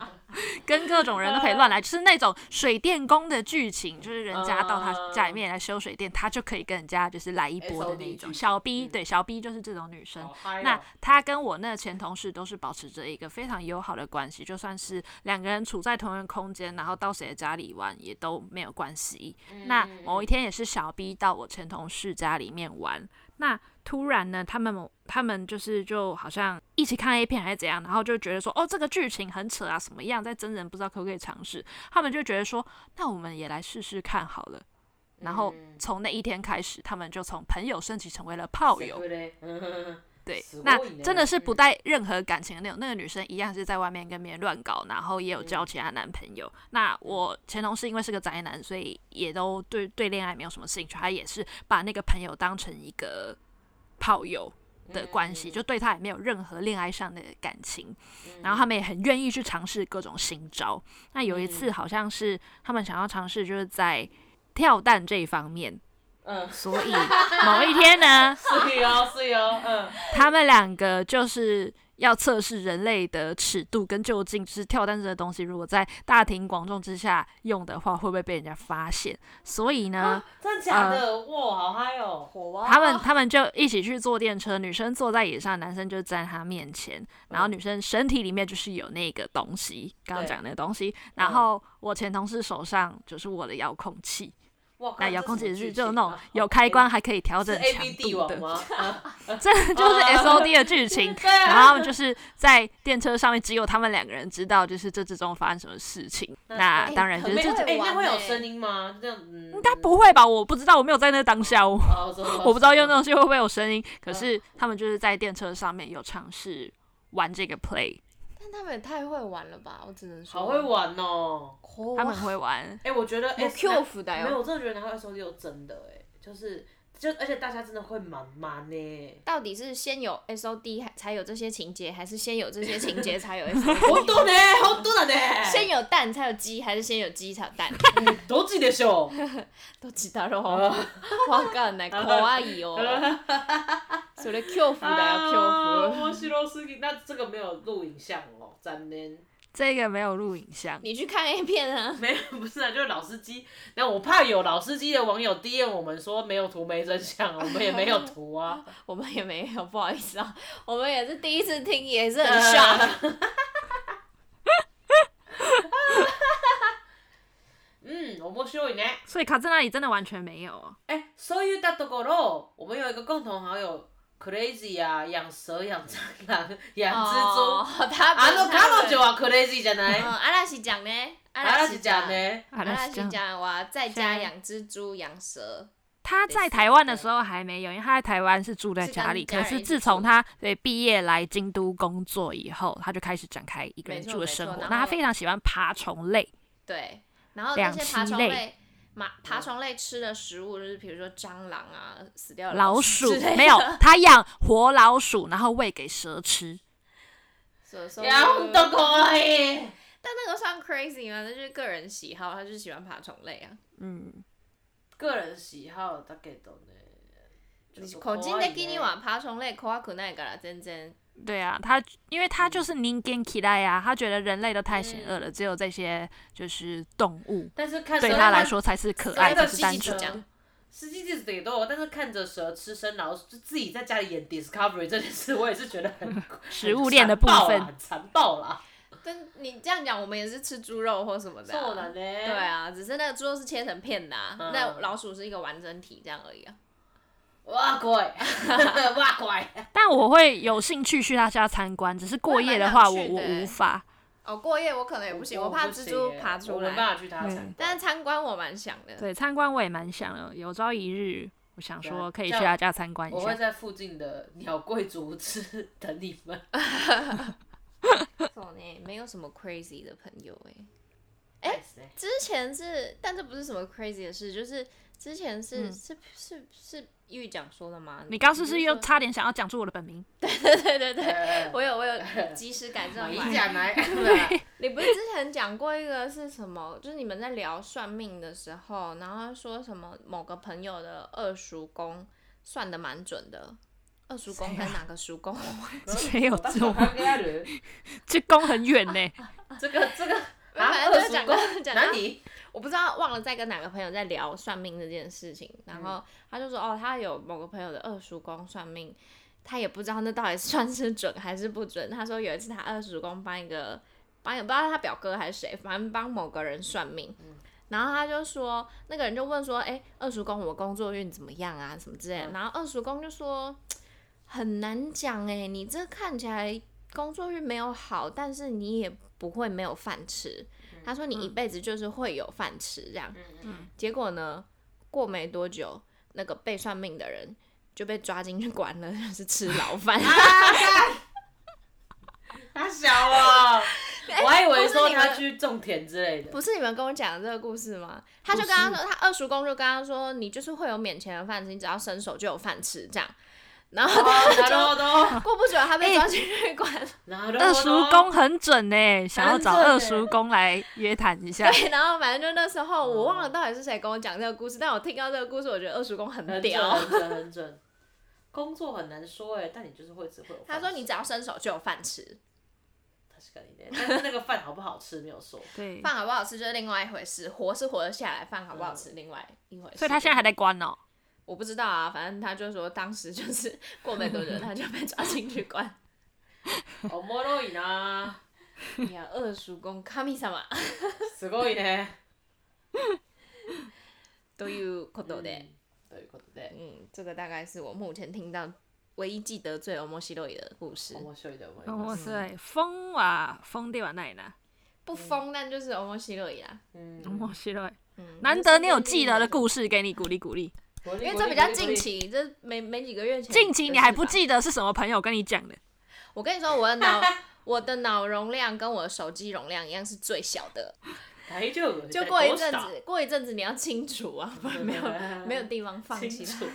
[SPEAKER 2] 跟各种人都可以乱来，就是那种水电工的剧情，就是人家到他家里面来修水电，他就可以跟人家就是来一波的那一
[SPEAKER 3] SOD 剧
[SPEAKER 2] 种。
[SPEAKER 3] 情
[SPEAKER 2] 小 B
[SPEAKER 3] 嗯
[SPEAKER 2] 对小 B 就是这种女生，
[SPEAKER 3] 好嗨哦
[SPEAKER 2] 嗯那他跟我那前同事都是保持着一个非常友好的关系，就算是两个人处在同一个空间，然后到谁的家里玩也都没有关系。那某一天也是小 B 到我前同事家里面玩，那突然呢，他们某他们就是就好像一起看 A 片还是怎样，然后就觉得说，哦，这个剧情很扯啊，什么样，在真人不知道可不可以尝试，他们就觉得说，那我们也来试试看好了。然后
[SPEAKER 3] 嗯
[SPEAKER 2] 从那一天开始，他们就从朋友升级成为了炮友。
[SPEAKER 3] 对嘞，嗯
[SPEAKER 2] 对
[SPEAKER 3] す，
[SPEAKER 2] 那
[SPEAKER 3] ごいね
[SPEAKER 2] 真的是不带任何感情的那种。那个女生一样是在外面跟别人乱搞，然后也有交其他男朋友。那我前同事因为是个宅男，所以也都对对恋爱没有什么兴趣，他也是把那个朋友当成一个炮友的关系，就对他也没有任何恋爱上的感情。然后他们也很愿意去尝试各种新招。那有一次好像是他们想要尝试就是在跳蛋这一方面，
[SPEAKER 3] 嗯，
[SPEAKER 2] 所以某一天呢。
[SPEAKER 3] 是哦是哦，嗯，
[SPEAKER 2] 他们两个就是要测试人类的尺度跟究竟，就是跳蛋这个东西，如果在大庭广众之下用的话，会不会被人家发现？所以呢，
[SPEAKER 3] 真的假的？哇，好嗨哦！
[SPEAKER 1] 火
[SPEAKER 2] 他们他们就一起去坐电车，女生坐在椅上，男生就站在她面前，然后女生身体里面就是有那个东西，刚刚讲的那个东西，然后我前同事手上就是我的遥控器，
[SPEAKER 3] 哇，
[SPEAKER 2] 那
[SPEAKER 3] 靠
[SPEAKER 2] 遥控器
[SPEAKER 3] 哦这
[SPEAKER 2] 也
[SPEAKER 3] 什
[SPEAKER 2] 是
[SPEAKER 3] 么剧
[SPEAKER 2] 就是
[SPEAKER 3] 情啊
[SPEAKER 2] 那种有开关还可以调
[SPEAKER 3] 是
[SPEAKER 2] 整
[SPEAKER 3] A
[SPEAKER 2] 强
[SPEAKER 3] B 帝
[SPEAKER 2] 度
[SPEAKER 3] 王
[SPEAKER 2] 的，
[SPEAKER 3] 吗？啊
[SPEAKER 2] 这就是 S O D 的剧情。
[SPEAKER 3] 对啊
[SPEAKER 2] 然后他们就是在电车上面，只有他们两个人知道，就是这之中发生什么事情。那
[SPEAKER 1] 哎
[SPEAKER 2] 当然就
[SPEAKER 1] 很
[SPEAKER 2] 是
[SPEAKER 3] 没
[SPEAKER 2] 这
[SPEAKER 3] 有
[SPEAKER 1] 这
[SPEAKER 3] 哎，那
[SPEAKER 1] 玩
[SPEAKER 3] 会有
[SPEAKER 1] 欸
[SPEAKER 3] 声音吗？这样嗯，
[SPEAKER 2] 应该不会吧？我不知道，我没有在那当下，我
[SPEAKER 3] 哦。嗯我说
[SPEAKER 2] 我不知道用那种东西会不会有声音。可是他们就是在电车上面有尝试玩这个 play，
[SPEAKER 1] 但他们也太会玩了吧？我只能说，
[SPEAKER 3] 好会玩哦。
[SPEAKER 1] 火，
[SPEAKER 2] 他们很会玩。
[SPEAKER 3] 哎，我觉得
[SPEAKER 1] 有
[SPEAKER 3] S
[SPEAKER 1] Q 福的哦
[SPEAKER 3] 没有，
[SPEAKER 1] 哟。
[SPEAKER 3] 我真的觉得南瓜 S O D 有真的哎，就是就而且大家真的会蛮蛮呢。
[SPEAKER 1] 到底是先有 S O D 才有这些情节，还是先有这些情节 才有 S O
[SPEAKER 3] 本
[SPEAKER 1] D？
[SPEAKER 3] 当ね、本当だ
[SPEAKER 1] 先
[SPEAKER 3] ね。
[SPEAKER 1] 有蛋才有鸡，还是先有鸡才有 蛋？
[SPEAKER 3] どっちでしょう。
[SPEAKER 1] 都知道了哦，わかんない、可愛いよ。それ恐怖だよ、
[SPEAKER 3] 啊
[SPEAKER 1] 恐怖。
[SPEAKER 3] 面白すぎ。那这个没有录影像哦，咱们
[SPEAKER 2] 这个没有录影像，
[SPEAKER 1] 你去看 A 片啊？
[SPEAKER 3] 没有，不是啊，就是老司机。那我怕有老司机的网友 DM 我们说没有图没真相，我们也没有图啊。
[SPEAKER 1] 我们也没有，不好意思啊，我们也是第一次听，也是
[SPEAKER 3] 呃
[SPEAKER 1] 很 shock。
[SPEAKER 3] 嗯，面白いね。
[SPEAKER 2] 所以卡在那里真的完全没有哦。
[SPEAKER 3] 哎、そういったところ，我们有一个共同好友 Crazy 啊，养蛇、养蟑螂、养蜘 蛛。啊
[SPEAKER 1] 哦，他
[SPEAKER 3] あ
[SPEAKER 1] 本
[SPEAKER 3] の
[SPEAKER 1] 身
[SPEAKER 3] 彼女は Crazy じゃな
[SPEAKER 1] 嗯，
[SPEAKER 3] い？
[SPEAKER 1] 阿拉西讲呢，阿
[SPEAKER 3] 阿拉是
[SPEAKER 1] 讲
[SPEAKER 3] 讲，呢，
[SPEAKER 2] 好
[SPEAKER 1] 阿
[SPEAKER 2] 了，
[SPEAKER 1] 拉
[SPEAKER 2] 是这
[SPEAKER 1] 西
[SPEAKER 2] 样。
[SPEAKER 1] 讲哇，在家
[SPEAKER 2] 对
[SPEAKER 1] 养蜘蛛、养蛇，
[SPEAKER 2] 他在台湾的时候还没有，因为他在台湾是住在
[SPEAKER 1] 是
[SPEAKER 2] 家
[SPEAKER 1] 跟
[SPEAKER 2] 里。
[SPEAKER 1] 家
[SPEAKER 2] 可
[SPEAKER 1] 人
[SPEAKER 2] 是
[SPEAKER 1] 一起
[SPEAKER 2] 自从
[SPEAKER 1] 住
[SPEAKER 2] 他对毕业来京都工作以后，他就开始展开一个
[SPEAKER 1] 没
[SPEAKER 2] 人
[SPEAKER 1] 错
[SPEAKER 2] 住的
[SPEAKER 1] 没
[SPEAKER 2] 生
[SPEAKER 1] 错
[SPEAKER 2] 活。
[SPEAKER 1] 然
[SPEAKER 2] 那他
[SPEAKER 1] 后
[SPEAKER 2] 非常喜欢爬虫类，
[SPEAKER 1] 对，然后那
[SPEAKER 2] 两
[SPEAKER 1] 些爬
[SPEAKER 2] 栖
[SPEAKER 1] 虫
[SPEAKER 2] 类
[SPEAKER 1] 类。马爬虫类吃的食物就是，比如说蟑螂啊，死掉的
[SPEAKER 2] 老
[SPEAKER 1] 鼠
[SPEAKER 2] 鼠
[SPEAKER 1] 之类
[SPEAKER 2] 没 有
[SPEAKER 1] 的，
[SPEAKER 2] 他养活老鼠，然后喂给蛇吃。
[SPEAKER 1] 所以说
[SPEAKER 3] やほんと可愛い。
[SPEAKER 1] 但那个算 crazy 吗？那就是个人喜好，他就是喜欢爬虫类啊。
[SPEAKER 2] 嗯，
[SPEAKER 3] 个人喜好だけどね。ちょっと可
[SPEAKER 1] 口
[SPEAKER 3] 愛い
[SPEAKER 1] 径
[SPEAKER 3] ね
[SPEAKER 1] 的给你玩爬虫类，可爱可奈个啦，真真。
[SPEAKER 2] 对啊，他因为他
[SPEAKER 1] 嗯
[SPEAKER 2] 就是 ningen k i d a 呀，啊他觉得人类都太险恶了，只有这些就是动物
[SPEAKER 3] 但是看
[SPEAKER 2] 对
[SPEAKER 3] 蛇
[SPEAKER 2] 他
[SPEAKER 3] 和
[SPEAKER 2] 来说才是可爱，
[SPEAKER 3] 真
[SPEAKER 2] 才
[SPEAKER 3] 的
[SPEAKER 2] 哎是
[SPEAKER 3] 积
[SPEAKER 2] 单
[SPEAKER 3] 极
[SPEAKER 2] 纯
[SPEAKER 3] 的。
[SPEAKER 1] 讲
[SPEAKER 3] 司机弟子也都有，但是看着蛇吃生老鼠，就自己在家里演 Discovery 这件事，我也是觉得 很
[SPEAKER 2] 食物链的部分
[SPEAKER 3] 很残暴啊啦。
[SPEAKER 1] 但你这样讲，我们也是吃猪肉或什么的、
[SPEAKER 3] そうだ
[SPEAKER 1] 啊。
[SPEAKER 3] ね。
[SPEAKER 1] 对啊，只是那个猪肉是切成片的、啊，
[SPEAKER 3] 嗯
[SPEAKER 1] 那老鼠是一个完整体这样而已啊。
[SPEAKER 3] 哇 怪，哇怪。
[SPEAKER 2] 但我会有兴趣去他家参观，只是过夜的话，
[SPEAKER 1] 那
[SPEAKER 2] 我
[SPEAKER 1] 蛮有趣
[SPEAKER 2] 我
[SPEAKER 1] 的欸
[SPEAKER 2] 无法。
[SPEAKER 1] 哦，过夜我可能也不行，我怕
[SPEAKER 3] 不
[SPEAKER 1] 蜘
[SPEAKER 3] 行
[SPEAKER 1] 蛛
[SPEAKER 3] 耶
[SPEAKER 1] 爬出
[SPEAKER 3] 我没
[SPEAKER 1] 来。
[SPEAKER 3] 办法去他参观。
[SPEAKER 1] 但是参观我蛮想的。
[SPEAKER 2] 对，参观我也蛮想的，有朝一日我想
[SPEAKER 3] 对
[SPEAKER 2] 说
[SPEAKER 3] 啊
[SPEAKER 2] 可以去
[SPEAKER 3] 这样
[SPEAKER 2] 他家参观一
[SPEAKER 3] 我会
[SPEAKER 2] 下。
[SPEAKER 3] 在附近的鸟贵族吃等你们。
[SPEAKER 1] 走呢，没有什么 crazy 的朋友哎、
[SPEAKER 3] 哎、
[SPEAKER 1] 之前是，但这不是什么 crazy 的事，就是之前是、是是是玉讲说的吗？
[SPEAKER 2] 你刚是不是又
[SPEAKER 1] 说
[SPEAKER 2] 差点想要讲出我的本名？
[SPEAKER 1] 对对 对，
[SPEAKER 3] 呃
[SPEAKER 1] 我有我有及时改正
[SPEAKER 3] 马
[SPEAKER 1] 完
[SPEAKER 3] 一。甲来， 啊
[SPEAKER 1] 你不是之前讲过一个是什么？就是你们在聊算命的时候，然后说什么某个朋友的二叔公算的蛮准的，二叔公跟哪个叔公？
[SPEAKER 2] 谁有这种？
[SPEAKER 3] 这
[SPEAKER 2] 这宫很远呢。
[SPEAKER 3] 个这个啊，
[SPEAKER 1] 反正
[SPEAKER 3] 二
[SPEAKER 1] 就是
[SPEAKER 3] 十
[SPEAKER 1] 讲
[SPEAKER 3] 公
[SPEAKER 1] 到讲到
[SPEAKER 3] 哪里？
[SPEAKER 1] 我不知道忘了在跟哪个朋友在聊算命这件事情，然后他就说哦，他有某个朋友的二叔公算命，他也不知道那到底 算是准还是不准。他说有一次他二叔公帮一个帮一个不知道他表哥还是谁，反正帮某个人算命。然后他就说，那个人就问说：“哎、二叔公，我工作运怎么样啊？什么之类的。”然后二叔公就说：“很难讲哎、你这看起来工作运没有好，但是你也不会没有饭吃。他说你一辈子就是会有饭吃这样。结果呢，过没多久，那个被算命的人就被抓进去关了， 是吃牢饭。
[SPEAKER 3] 啊他小哦，
[SPEAKER 1] 哎
[SPEAKER 3] 我还以为
[SPEAKER 1] 不
[SPEAKER 3] 说
[SPEAKER 1] 是你们
[SPEAKER 3] 他去种田之类的。
[SPEAKER 1] 不是你们跟我讲的这个故事吗？他就跟他说，他二叔公就跟他说，你就是会有免钱的饭吃，你只要伸手就有饭吃这样。然后
[SPEAKER 3] なるほど。
[SPEAKER 1] 过不久，他被抓进去关了。
[SPEAKER 3] なるほど
[SPEAKER 2] 二叔公很准呢，想要找
[SPEAKER 3] 很准
[SPEAKER 2] 二
[SPEAKER 3] 欸
[SPEAKER 2] 叔公来约谈一下。
[SPEAKER 1] 对，然后反正就那时候我忘了到底是谁跟我讲这个故事，但我听到这个故事，我觉得二叔公很
[SPEAKER 3] 很准，
[SPEAKER 1] 屌。
[SPEAKER 3] 很准，很准。工作很难说哎，但你就是会只会有饭吃。
[SPEAKER 1] 他说你只要伸手就有饭吃，
[SPEAKER 3] 確かにね，但是那个饭好不好吃没有说。
[SPEAKER 2] 对，
[SPEAKER 1] 饭好不好吃就是另外一回事，活是活得下来，饭好不好吃另外一回事。
[SPEAKER 2] 所以他现在还在关哦。
[SPEAKER 1] 我不知道啊，反正他就说当时就是过没多久他就被抓进去关。
[SPEAKER 3] おもろいな。
[SPEAKER 1] 你呀，二叔公神様
[SPEAKER 3] すごいね。
[SPEAKER 1] 都有こと
[SPEAKER 3] う
[SPEAKER 1] で。
[SPEAKER 3] んということで、
[SPEAKER 1] 嗯，这个大概是我目前听到唯一记得最有莫西洛伊的故事。
[SPEAKER 2] 哦
[SPEAKER 3] 面白いと思い
[SPEAKER 1] 哦
[SPEAKER 2] 哇
[SPEAKER 3] ます。
[SPEAKER 2] 塞，疯啊，疯掉完那里呢？嗯
[SPEAKER 1] 不疯，但就是欧莫西洛伊啦。
[SPEAKER 3] 嗯，
[SPEAKER 2] 哇塞，
[SPEAKER 1] 嗯，
[SPEAKER 2] 难得你有记得的故事，给你鼓励鼓励。
[SPEAKER 3] 因
[SPEAKER 1] 因为这比较近。期，这没没几个月前。
[SPEAKER 2] 近期你还不？记得是什么朋友跟你讲的？
[SPEAKER 1] 我跟你说，我的脑我的脑容量跟我的手机容量一样是最小的。
[SPEAKER 3] 大丈夫。
[SPEAKER 1] 就过一阵
[SPEAKER 3] どうし
[SPEAKER 1] 子，过一阵子你要清除啊，不然
[SPEAKER 3] た
[SPEAKER 1] 没有没有地方放起
[SPEAKER 3] 清
[SPEAKER 1] 来。
[SPEAKER 3] 楚，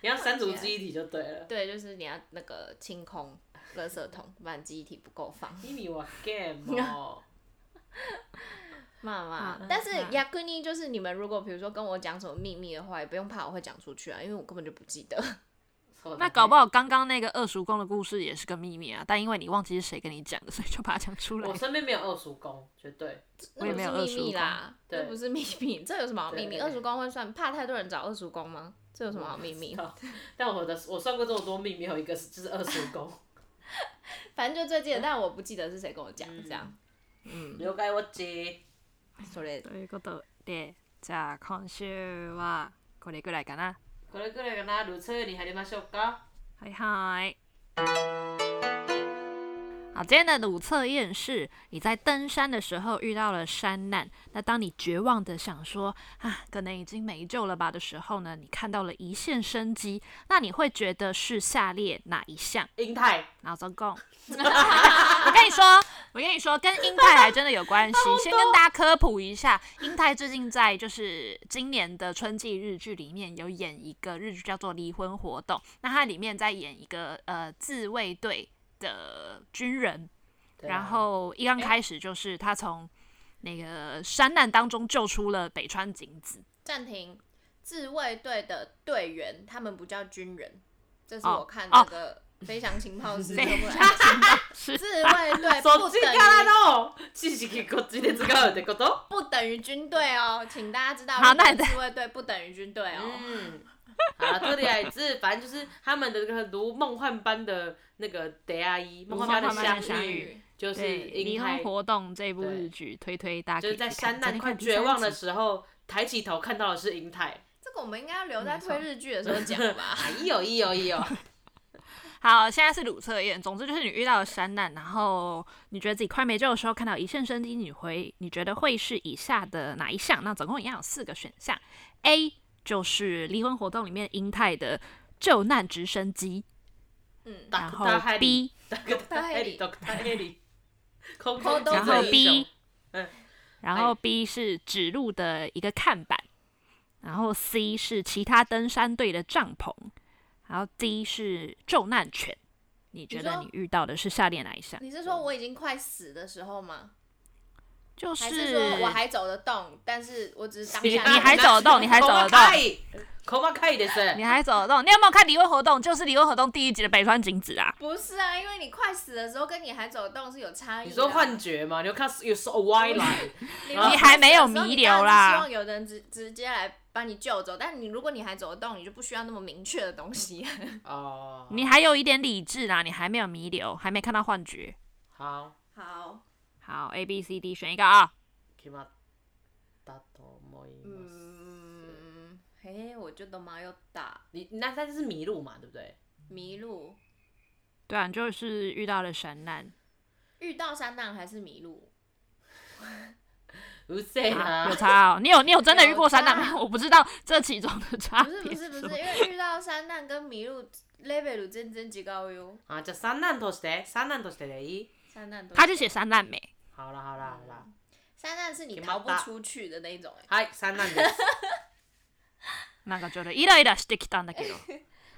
[SPEAKER 3] 你 要删除记忆体就对了。
[SPEAKER 1] 对，就是你要那个清空垃圾桶，不然记忆体不够放。
[SPEAKER 3] 意味わけ んも。
[SPEAKER 1] 嘛嘛
[SPEAKER 2] 嗯，
[SPEAKER 1] 但是
[SPEAKER 2] 嗯
[SPEAKER 1] 雅各尼就是你们如果比如说跟我讲什么秘密的话，也不用怕我会讲出去啊，因为我根本就不记得。
[SPEAKER 3] 错的。
[SPEAKER 2] 那搞不好刚刚那个二叔公的故事也是个秘密啊，但因为你忘记是谁跟你讲的，所以就把它讲出来
[SPEAKER 3] 我。身边没有二叔公，绝 对
[SPEAKER 2] 我也没有
[SPEAKER 1] 那
[SPEAKER 2] 二
[SPEAKER 1] 不
[SPEAKER 2] 叔
[SPEAKER 1] 是
[SPEAKER 2] 公
[SPEAKER 1] 秘密啦，
[SPEAKER 3] 对
[SPEAKER 1] 那不是秘密， 这有什么好秘密？
[SPEAKER 3] 对
[SPEAKER 1] 二叔公会算，怕太多人找二叔公吗？这有什么好秘密？
[SPEAKER 3] 好但我的我算过这么多命，没有一个是就是二叔 公。
[SPEAKER 1] 反正就最近的，但我不记得是谁跟我讲这
[SPEAKER 2] 嗯
[SPEAKER 1] 样。
[SPEAKER 3] 了解我姐。
[SPEAKER 1] それ
[SPEAKER 2] ということで、じゃあ今週はこれぐらいかな。
[SPEAKER 3] これくらいかな、ルツーに入りましょうか。
[SPEAKER 2] 嗨嗨。好，今天的鲁测验是：你在登山的时候遇到了山难，那当你绝望的想说啊，可能已经没救了吧的时候呢，你看到了一线生机，那你会觉得是下列哪一项？
[SPEAKER 3] 英泰，
[SPEAKER 2] 然后总共，我跟你说，我跟你说，跟英泰还真的有关 系。先跟大家科普一下，英泰最近在就是今年的春季日剧里面有演一个日剧叫做《离婚活动》，那它里面在演一个呃自卫队的军人，
[SPEAKER 3] 对啊
[SPEAKER 2] 然后一刚开始就是他从那个山难当中救出了北川景子。
[SPEAKER 1] 暂停。自卫队的队员，他们不叫军人，这是
[SPEAKER 2] 哦
[SPEAKER 1] 我看
[SPEAKER 2] 哦
[SPEAKER 1] 那个《飞翔情报 师》
[SPEAKER 2] 非
[SPEAKER 1] 的不然
[SPEAKER 2] 是
[SPEAKER 1] 自卫队
[SPEAKER 3] そ
[SPEAKER 1] 不
[SPEAKER 3] っち
[SPEAKER 1] 等
[SPEAKER 3] から
[SPEAKER 1] 于
[SPEAKER 3] の知識こっちで使うってこと？
[SPEAKER 1] 不等于军队哦，请大家知道，
[SPEAKER 2] 好那
[SPEAKER 1] 日本自卫队不等于军队哦。
[SPEAKER 3] 嗯，好了，特里矮子，反正就是他们的这个如梦幻般的那个德阿伊，梦幻
[SPEAKER 2] 如梦幻般
[SPEAKER 3] 般
[SPEAKER 2] 的
[SPEAKER 3] 的
[SPEAKER 2] 相
[SPEAKER 3] 相
[SPEAKER 1] 嗯
[SPEAKER 2] 遇
[SPEAKER 3] 遇，就是
[SPEAKER 2] 对《离
[SPEAKER 3] 英
[SPEAKER 2] 婚
[SPEAKER 3] 泰，
[SPEAKER 2] 活动》这部
[SPEAKER 3] 对
[SPEAKER 2] 日剧，推推大家可
[SPEAKER 3] 就
[SPEAKER 2] 以
[SPEAKER 3] 是在
[SPEAKER 2] 去看
[SPEAKER 3] 山
[SPEAKER 2] 昨
[SPEAKER 3] 难
[SPEAKER 2] 天
[SPEAKER 3] 快
[SPEAKER 2] 看第
[SPEAKER 3] 绝
[SPEAKER 2] 三
[SPEAKER 3] 望
[SPEAKER 2] 集
[SPEAKER 3] 的时候，抬起头看到的是英泰，
[SPEAKER 1] 这个我们应该要留在
[SPEAKER 2] 没错
[SPEAKER 1] 推日剧的时候讲吧。
[SPEAKER 3] 哎呦哎呦哎呦，
[SPEAKER 2] 好，现在是鲁测验。总之就是你遇到了山难，然后你觉得自己快没救的时候，看到一线生机，你会你觉得会是以下的哪一项？那总共一样有四个选项，A 就是离婚活动里面英泰的救难直升机，
[SPEAKER 1] 嗯，
[SPEAKER 2] 然
[SPEAKER 3] 大
[SPEAKER 2] 后
[SPEAKER 3] 大海里，
[SPEAKER 2] B
[SPEAKER 3] 大个大海里，大海里，空
[SPEAKER 1] 空
[SPEAKER 3] 中
[SPEAKER 1] 中
[SPEAKER 2] 然后
[SPEAKER 3] 之英雄
[SPEAKER 2] B
[SPEAKER 1] 嗯
[SPEAKER 2] 然后 B 是指路的一个看板，然后 C 是其他登山队的帐篷，然后 D 是救难犬。你觉得
[SPEAKER 1] 说
[SPEAKER 2] 你遇到的是下列哪一项？
[SPEAKER 1] 你是说我已经快死的时候吗？
[SPEAKER 2] 就
[SPEAKER 1] 还是说我还走得动，但是我只是当下
[SPEAKER 2] 你还走得动你还走得动
[SPEAKER 3] 口巴开的是
[SPEAKER 2] 你，还走得动？你有没有看离婚活动？就是离婚活动第一集的北川景子啊。
[SPEAKER 1] 不是啊，因为你快死的时候跟你还走得动是有差异的啊。
[SPEAKER 3] 你说幻觉嘛？你就看有手歪来，
[SPEAKER 1] 你
[SPEAKER 3] 你
[SPEAKER 2] 还没有弥留啦
[SPEAKER 1] 希望有人直直接来把你救走，但你如果你还走得动，你就不需要那么明确的东西。
[SPEAKER 3] 哦，
[SPEAKER 2] 你还有一点理智啦，你还没有弥留，还没看到幻觉。
[SPEAKER 3] 好，
[SPEAKER 1] 好，
[SPEAKER 2] 好，A B C D 选一个啊、
[SPEAKER 3] 決まったと思います。
[SPEAKER 1] 嗯，嘿，我觉得嘛又打
[SPEAKER 3] 你那但是迷路嘛，对不对？
[SPEAKER 1] 迷路，
[SPEAKER 2] 对啊，你就是遇到了山难，
[SPEAKER 1] 遇到山难还是迷路？
[SPEAKER 3] 不是
[SPEAKER 2] 啊、有
[SPEAKER 3] 啊，
[SPEAKER 2] 差哦。你有你有真的遇过山难
[SPEAKER 1] 有
[SPEAKER 2] 吗？
[SPEAKER 1] 差啊
[SPEAKER 2] 我不知道这其中的差
[SPEAKER 1] 不是不
[SPEAKER 2] 啊别
[SPEAKER 1] 是不
[SPEAKER 2] 什
[SPEAKER 1] 是，
[SPEAKER 2] 么。
[SPEAKER 1] 因为遇到山难跟迷路 level 真真极高哟。
[SPEAKER 3] 啊，じゃあ三難として、三難としてでいい。
[SPEAKER 1] 山难多
[SPEAKER 2] 他就写山难没？
[SPEAKER 3] 好了好了好了，
[SPEAKER 1] 山难是你逃不出去的那一种、欸，
[SPEAKER 3] はい、三難です。
[SPEAKER 2] 那个就是イライラしてきたんだけど。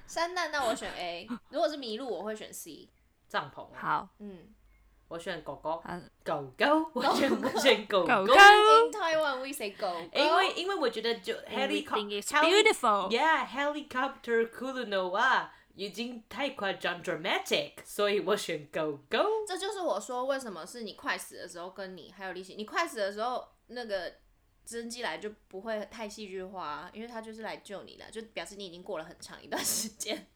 [SPEAKER 1] 山难，那我选 A。如果是迷路，我会选 C。
[SPEAKER 3] 帐篷，
[SPEAKER 2] 好，呃
[SPEAKER 1] 嗯
[SPEAKER 3] 我选狗 狗
[SPEAKER 2] 好，
[SPEAKER 3] 狗狗，我选我选狗
[SPEAKER 2] 狗
[SPEAKER 3] 狗
[SPEAKER 2] 狗，
[SPEAKER 1] ，In Taiwan we say go，
[SPEAKER 3] 因为因为我觉得就
[SPEAKER 2] Everything is
[SPEAKER 3] helicopter，yeah
[SPEAKER 2] beautiful。
[SPEAKER 3] helicopter cool no 啊，已经太夸张 dramatic，所以我选狗狗。
[SPEAKER 1] 这就是我说为什么是你快死的时候跟你还有利息，你快死的时候那个直升机来就不会太戏剧化啊、因为他就是来救你的，啊就表示你已经过了很长一段时间。
[SPEAKER 3] 嗯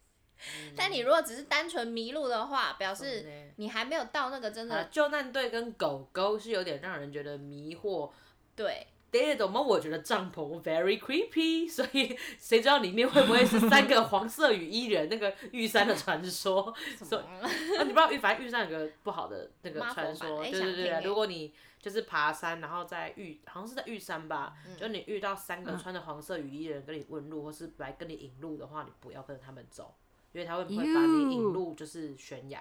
[SPEAKER 1] 但你如果只是单纯迷路的话，表
[SPEAKER 3] 懂嘞
[SPEAKER 1] 示你还没有到那个真
[SPEAKER 3] 嗯啊
[SPEAKER 1] 的，
[SPEAKER 3] 救难队跟狗狗是有点让人觉得迷惑。
[SPEAKER 1] 对。
[SPEAKER 3] Daily 怎么？我觉得帐篷 very creepy，所以 谁知道里面会不会是三个黄色雨衣人那个玉山的传说？所以啊，你不知道玉，反正玉山有个不好的那个
[SPEAKER 1] 妈
[SPEAKER 3] 传
[SPEAKER 1] 佛版
[SPEAKER 3] 说，
[SPEAKER 1] 哎
[SPEAKER 3] 对对对
[SPEAKER 1] 想
[SPEAKER 3] 对，
[SPEAKER 1] 听
[SPEAKER 3] 如果你就是爬山，然后在玉，好像是在玉山吧，
[SPEAKER 1] 嗯
[SPEAKER 3] 就你遇到三
[SPEAKER 2] 嗯
[SPEAKER 3] 个穿着黄色雨衣的人跟你问路，或是来跟你引路的话，你不要跟着他们走，因为他会会把你引入就是悬崖，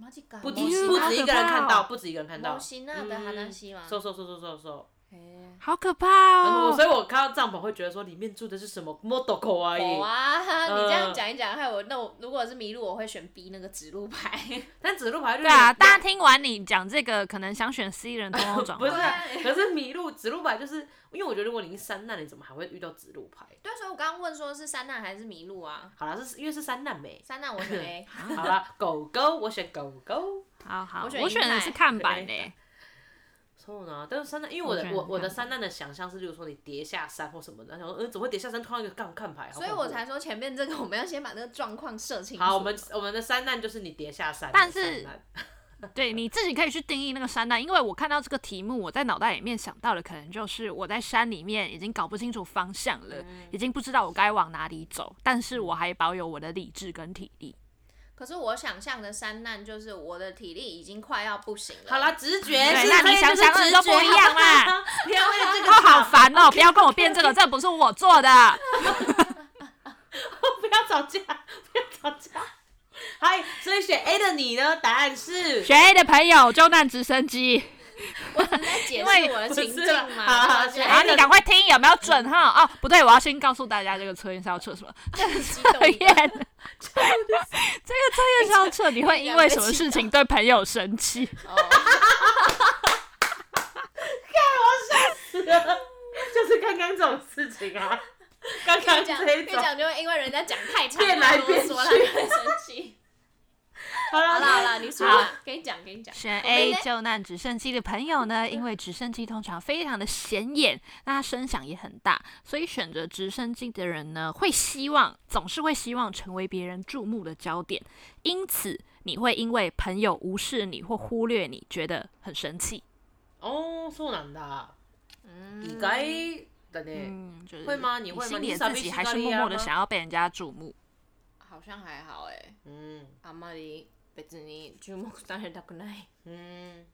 [SPEAKER 1] マジか
[SPEAKER 3] 不止
[SPEAKER 2] 哎呦
[SPEAKER 3] 不止一个人看
[SPEAKER 1] 啊
[SPEAKER 2] 好可怕
[SPEAKER 3] 到，
[SPEAKER 2] 哦
[SPEAKER 3] 不止一个人看到嗯
[SPEAKER 1] モ。シナ的話は
[SPEAKER 3] そうそうそうそうそうそう。
[SPEAKER 1] 哎，
[SPEAKER 2] 好可怕
[SPEAKER 3] 嗯，我
[SPEAKER 2] 哦！
[SPEAKER 3] 所以我看到帐篷会觉得说里面住的是什么 model 狗而已。
[SPEAKER 1] 有啊，你
[SPEAKER 3] 嗯
[SPEAKER 1] 这样讲一讲，害我那我如果是迷路，我会选 B 那个指路 牌。
[SPEAKER 3] 但指路牌就
[SPEAKER 2] 对啊，
[SPEAKER 3] 有
[SPEAKER 2] 大家听完你讲这个，可能想选 C 人通通转
[SPEAKER 3] 不是
[SPEAKER 2] 换。
[SPEAKER 3] 啊，可是迷路指路牌就是因为我觉得如果你是山难，你怎么还会遇到指路牌？
[SPEAKER 1] 对，所以我刚刚问说是山难还是迷路啊？
[SPEAKER 3] 好啦，是因为是山难没。
[SPEAKER 1] 山难我选 A，
[SPEAKER 2] 啊
[SPEAKER 3] 好啦，狗狗，我选狗狗。
[SPEAKER 2] 好好，
[SPEAKER 1] 啊我选
[SPEAKER 2] 我选的
[SPEAKER 1] 银
[SPEAKER 2] 是
[SPEAKER 1] 牌
[SPEAKER 2] 看板欸
[SPEAKER 3] 对
[SPEAKER 2] 诶，
[SPEAKER 3] 所以呢，但是山难，因为我
[SPEAKER 2] 我觉
[SPEAKER 3] 的
[SPEAKER 2] 得
[SPEAKER 3] 我
[SPEAKER 2] 很
[SPEAKER 3] 我的
[SPEAKER 2] 看
[SPEAKER 3] 山难的想象是，例如说你跌下山或什么的，然后嗯，怎么会跌下山？突然一个看看牌，好
[SPEAKER 1] 所以
[SPEAKER 3] 恐怖
[SPEAKER 1] 我才说前面这个我们要先把那个状况设清楚。
[SPEAKER 3] 好。我们我们的山难就是你跌下山，
[SPEAKER 2] 但
[SPEAKER 3] 你的山
[SPEAKER 2] 是
[SPEAKER 3] 难
[SPEAKER 2] 对，你自己可以去定义那个山难，因为我看到这个题目，我在脑袋里面想到的可能就是我在山里面已经搞不清楚方向了，已经不知道我该往哪里走，但是我还保有我的理智跟体力。
[SPEAKER 1] 可是我想象的山难就是我的体力已经快要不行了。
[SPEAKER 3] 好啦，，直觉
[SPEAKER 2] 对
[SPEAKER 3] 是
[SPEAKER 2] 那你
[SPEAKER 3] 非
[SPEAKER 2] 想
[SPEAKER 3] 就是
[SPEAKER 2] 想
[SPEAKER 3] 直
[SPEAKER 2] 都不
[SPEAKER 3] 觉
[SPEAKER 2] 一样啦。
[SPEAKER 3] 好不好不要为了这个
[SPEAKER 2] 哦，好
[SPEAKER 3] 吵，
[SPEAKER 2] 烦哦！不要跟我辩这个，这不是我做的。
[SPEAKER 3] 不要吵架，不要吵架。嗨，所以选 A 的你呢？答案是
[SPEAKER 2] 学 A 的朋友，救难直升机，
[SPEAKER 1] 我只是在解
[SPEAKER 2] 因
[SPEAKER 1] 释
[SPEAKER 2] 为
[SPEAKER 1] 我的
[SPEAKER 3] 不
[SPEAKER 1] 情
[SPEAKER 3] 是
[SPEAKER 1] 境
[SPEAKER 3] 啦
[SPEAKER 1] 嘛。
[SPEAKER 3] 好好
[SPEAKER 1] 然后
[SPEAKER 3] 选
[SPEAKER 1] 就
[SPEAKER 2] 哎，
[SPEAKER 3] A
[SPEAKER 2] 你赶快听有没有准哈？哦，不对，我要先告诉大家这个测验是要测什么。这个
[SPEAKER 1] 激
[SPEAKER 2] 测
[SPEAKER 1] 动一
[SPEAKER 2] 验，这
[SPEAKER 1] 点
[SPEAKER 2] 个测验是要测你会因为什么事情对朋友生气。
[SPEAKER 1] 哦，
[SPEAKER 3] 就是刚刚这种事情啊，刚刚
[SPEAKER 1] 越讲
[SPEAKER 3] 这一
[SPEAKER 1] 越
[SPEAKER 3] 种。
[SPEAKER 1] 讲就会因为人家讲太长，
[SPEAKER 3] 变来
[SPEAKER 1] 太啰
[SPEAKER 3] 变
[SPEAKER 1] 嗦了
[SPEAKER 3] 去
[SPEAKER 1] 就会生气。
[SPEAKER 3] 好
[SPEAKER 1] 好
[SPEAKER 3] 啦
[SPEAKER 1] 了好了，你说
[SPEAKER 3] 好
[SPEAKER 1] 吧，跟你讲跟你讲。
[SPEAKER 2] 选
[SPEAKER 1] 我们
[SPEAKER 2] A
[SPEAKER 1] 应该
[SPEAKER 2] 救难哎直升机的朋友呢，因为直升机通常非常的显眼，那它声响也很大，所以选择直升机的人呢，会希望总是会希望成为别人注目的焦点，因此你会因为朋友无视你或忽略你，觉得很生气。
[SPEAKER 3] 哦，そうなんだ。
[SPEAKER 1] 嗯
[SPEAKER 3] 意外だね。
[SPEAKER 2] 嗯，就是
[SPEAKER 3] 会吗你会吗
[SPEAKER 2] 心
[SPEAKER 3] 你
[SPEAKER 2] 里
[SPEAKER 3] 傻
[SPEAKER 2] 自
[SPEAKER 3] 逼
[SPEAKER 2] 己
[SPEAKER 3] 西
[SPEAKER 2] 还
[SPEAKER 3] 瓜
[SPEAKER 2] 是
[SPEAKER 3] 利
[SPEAKER 2] 默
[SPEAKER 3] 亚
[SPEAKER 2] 默的
[SPEAKER 3] 啊吗
[SPEAKER 2] 想要被人家注目。
[SPEAKER 1] 好像还好哎、
[SPEAKER 3] 嗯
[SPEAKER 1] あんまり別に注目されたくない。
[SPEAKER 3] 嗯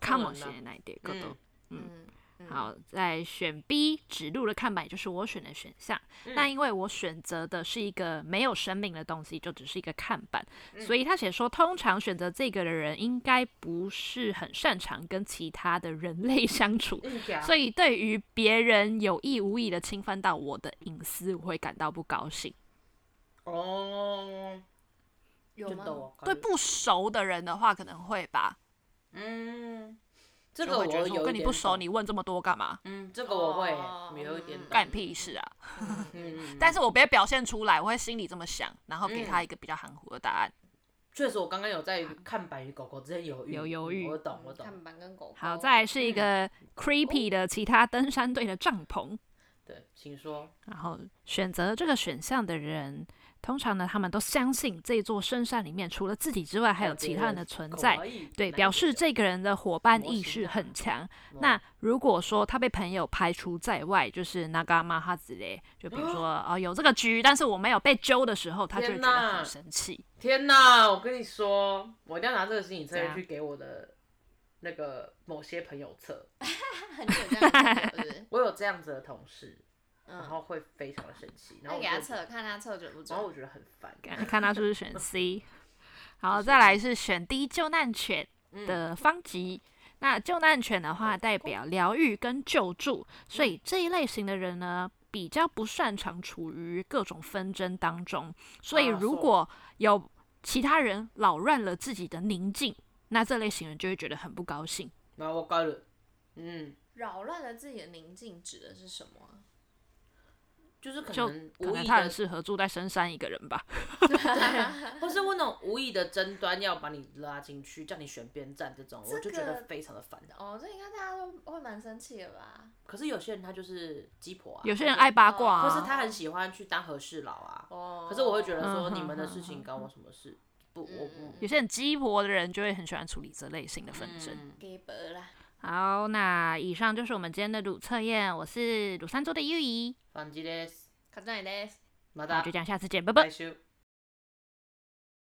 [SPEAKER 2] 看
[SPEAKER 3] 嗯
[SPEAKER 2] 我
[SPEAKER 3] 那
[SPEAKER 2] 写那一点，各
[SPEAKER 3] 嗯
[SPEAKER 2] 种。
[SPEAKER 1] 嗯，嗯
[SPEAKER 2] 好，在选 B 指路的看板也就是我选的选项。
[SPEAKER 3] 嗯
[SPEAKER 2] 那因为我选择的是一个没有生命的东西，就只是一个看板，
[SPEAKER 3] 嗯
[SPEAKER 2] 所以他写说，通常选择这个的人应该不是很擅长跟其他的人类相处，
[SPEAKER 3] 嗯，假。
[SPEAKER 2] 所以对于别人有意无意的侵犯到我的隐私，我会感到不高兴。
[SPEAKER 3] 哦，
[SPEAKER 1] 有
[SPEAKER 3] ちょっ
[SPEAKER 1] 吗？
[SPEAKER 3] とわか
[SPEAKER 2] 对
[SPEAKER 3] る？
[SPEAKER 2] 不熟的人的话，可能会吧，
[SPEAKER 3] 嗯，这
[SPEAKER 2] 就
[SPEAKER 3] 个我
[SPEAKER 2] 会觉得说
[SPEAKER 3] 有
[SPEAKER 2] 我
[SPEAKER 3] 一
[SPEAKER 2] 跟你不
[SPEAKER 3] 点
[SPEAKER 2] 熟，
[SPEAKER 3] 懂。
[SPEAKER 2] 你问这么多干嘛？
[SPEAKER 3] 嗯，这个我会
[SPEAKER 1] 哦
[SPEAKER 3] 有一点
[SPEAKER 1] 嗯
[SPEAKER 3] 懂。
[SPEAKER 2] 干你屁事啊！
[SPEAKER 3] 嗯，
[SPEAKER 2] 但是我别表现出来，我会心里这么想，然后给他一个比较含糊的答案。
[SPEAKER 3] 确实，我刚刚有在看板与狗狗之间犹豫，
[SPEAKER 2] 有犹豫
[SPEAKER 3] 我懂，我懂。
[SPEAKER 1] 看板跟狗狗。
[SPEAKER 2] 好，再来是一个 creepy 的其他登山队的帐篷，
[SPEAKER 3] 对，请说。
[SPEAKER 2] 然后选择这个选项的人，通常呢，他们都相信这座深山里面除了自己之外，还有其他人的存在。对，表示这个人的伙伴意识很强。那如果说他被朋友排除在外，就是那嘎嘛哈子嘞，就比如说哦有这个局，但是我没有被揪的时候，他就会觉
[SPEAKER 3] 天
[SPEAKER 2] 得
[SPEAKER 3] 哪
[SPEAKER 2] 很生气。
[SPEAKER 3] 天哪！我跟你说，我一定要拿这个心理测
[SPEAKER 2] 怎
[SPEAKER 3] 验
[SPEAKER 2] 样
[SPEAKER 3] 去给我的那个某些朋友测。
[SPEAKER 1] 很久这样子，是不是？
[SPEAKER 3] 我有这样子的同事， 然
[SPEAKER 1] 嗯，
[SPEAKER 3] 后会非常的生气，然
[SPEAKER 1] 那
[SPEAKER 3] 后我
[SPEAKER 1] 给他
[SPEAKER 3] 就
[SPEAKER 1] 测，看他测准不
[SPEAKER 3] 然后我
[SPEAKER 1] 准。
[SPEAKER 3] 觉得很烦。
[SPEAKER 2] 看看他是不是选 C。好，再来是选 D 救难犬
[SPEAKER 3] 嗯
[SPEAKER 2] 的方吉。那救难犬的话，代表疗愈跟救助，所
[SPEAKER 3] 嗯
[SPEAKER 2] 以这一类型的人呢，比较不擅长处于各种纷争当中。所以
[SPEAKER 3] 啊
[SPEAKER 2] 如
[SPEAKER 3] 是哦
[SPEAKER 2] 果有其他人扰乱了自己的宁静，那这类型人就会觉得很不高兴。
[SPEAKER 3] 然后我搞了，嗯，
[SPEAKER 1] 扰乱了自己的宁静指的是什么啊？
[SPEAKER 3] 就是可
[SPEAKER 2] 就
[SPEAKER 3] 能
[SPEAKER 2] 可
[SPEAKER 3] 无
[SPEAKER 2] 能
[SPEAKER 3] 意啊
[SPEAKER 2] 他很
[SPEAKER 3] 的，
[SPEAKER 2] 适合住在深山一个人吧。
[SPEAKER 3] 或是问那种无意的争端要把你拉进去，叫你选边站这种，我就觉
[SPEAKER 1] 这
[SPEAKER 3] 得
[SPEAKER 1] 个
[SPEAKER 3] 非常的烦的。
[SPEAKER 1] 哦，这应该大家都会蛮生气的吧？
[SPEAKER 3] 可是有些人他就是鸡婆啊，
[SPEAKER 2] 有些人爱八卦、
[SPEAKER 3] 哦或是，或
[SPEAKER 2] 啊
[SPEAKER 3] 是，他很喜欢去当和事佬啊。
[SPEAKER 1] 哦，
[SPEAKER 3] 可是我会觉得说，
[SPEAKER 2] 嗯
[SPEAKER 3] 你们的事情关我什么事？不，我
[SPEAKER 1] 嗯
[SPEAKER 2] 有
[SPEAKER 3] 不。
[SPEAKER 2] 些很鸡婆的人就会很喜欢处理这类型的纷争。
[SPEAKER 3] 嗯，
[SPEAKER 1] 给白啦。
[SPEAKER 2] 好，那以上就是我们今天的鲁测验，我是鲁三州的优怡，
[SPEAKER 3] 反击です。
[SPEAKER 1] 卡在你嘞。
[SPEAKER 3] ま
[SPEAKER 2] 那
[SPEAKER 3] た
[SPEAKER 2] 就这样，下次见，拜拜
[SPEAKER 3] 来。週。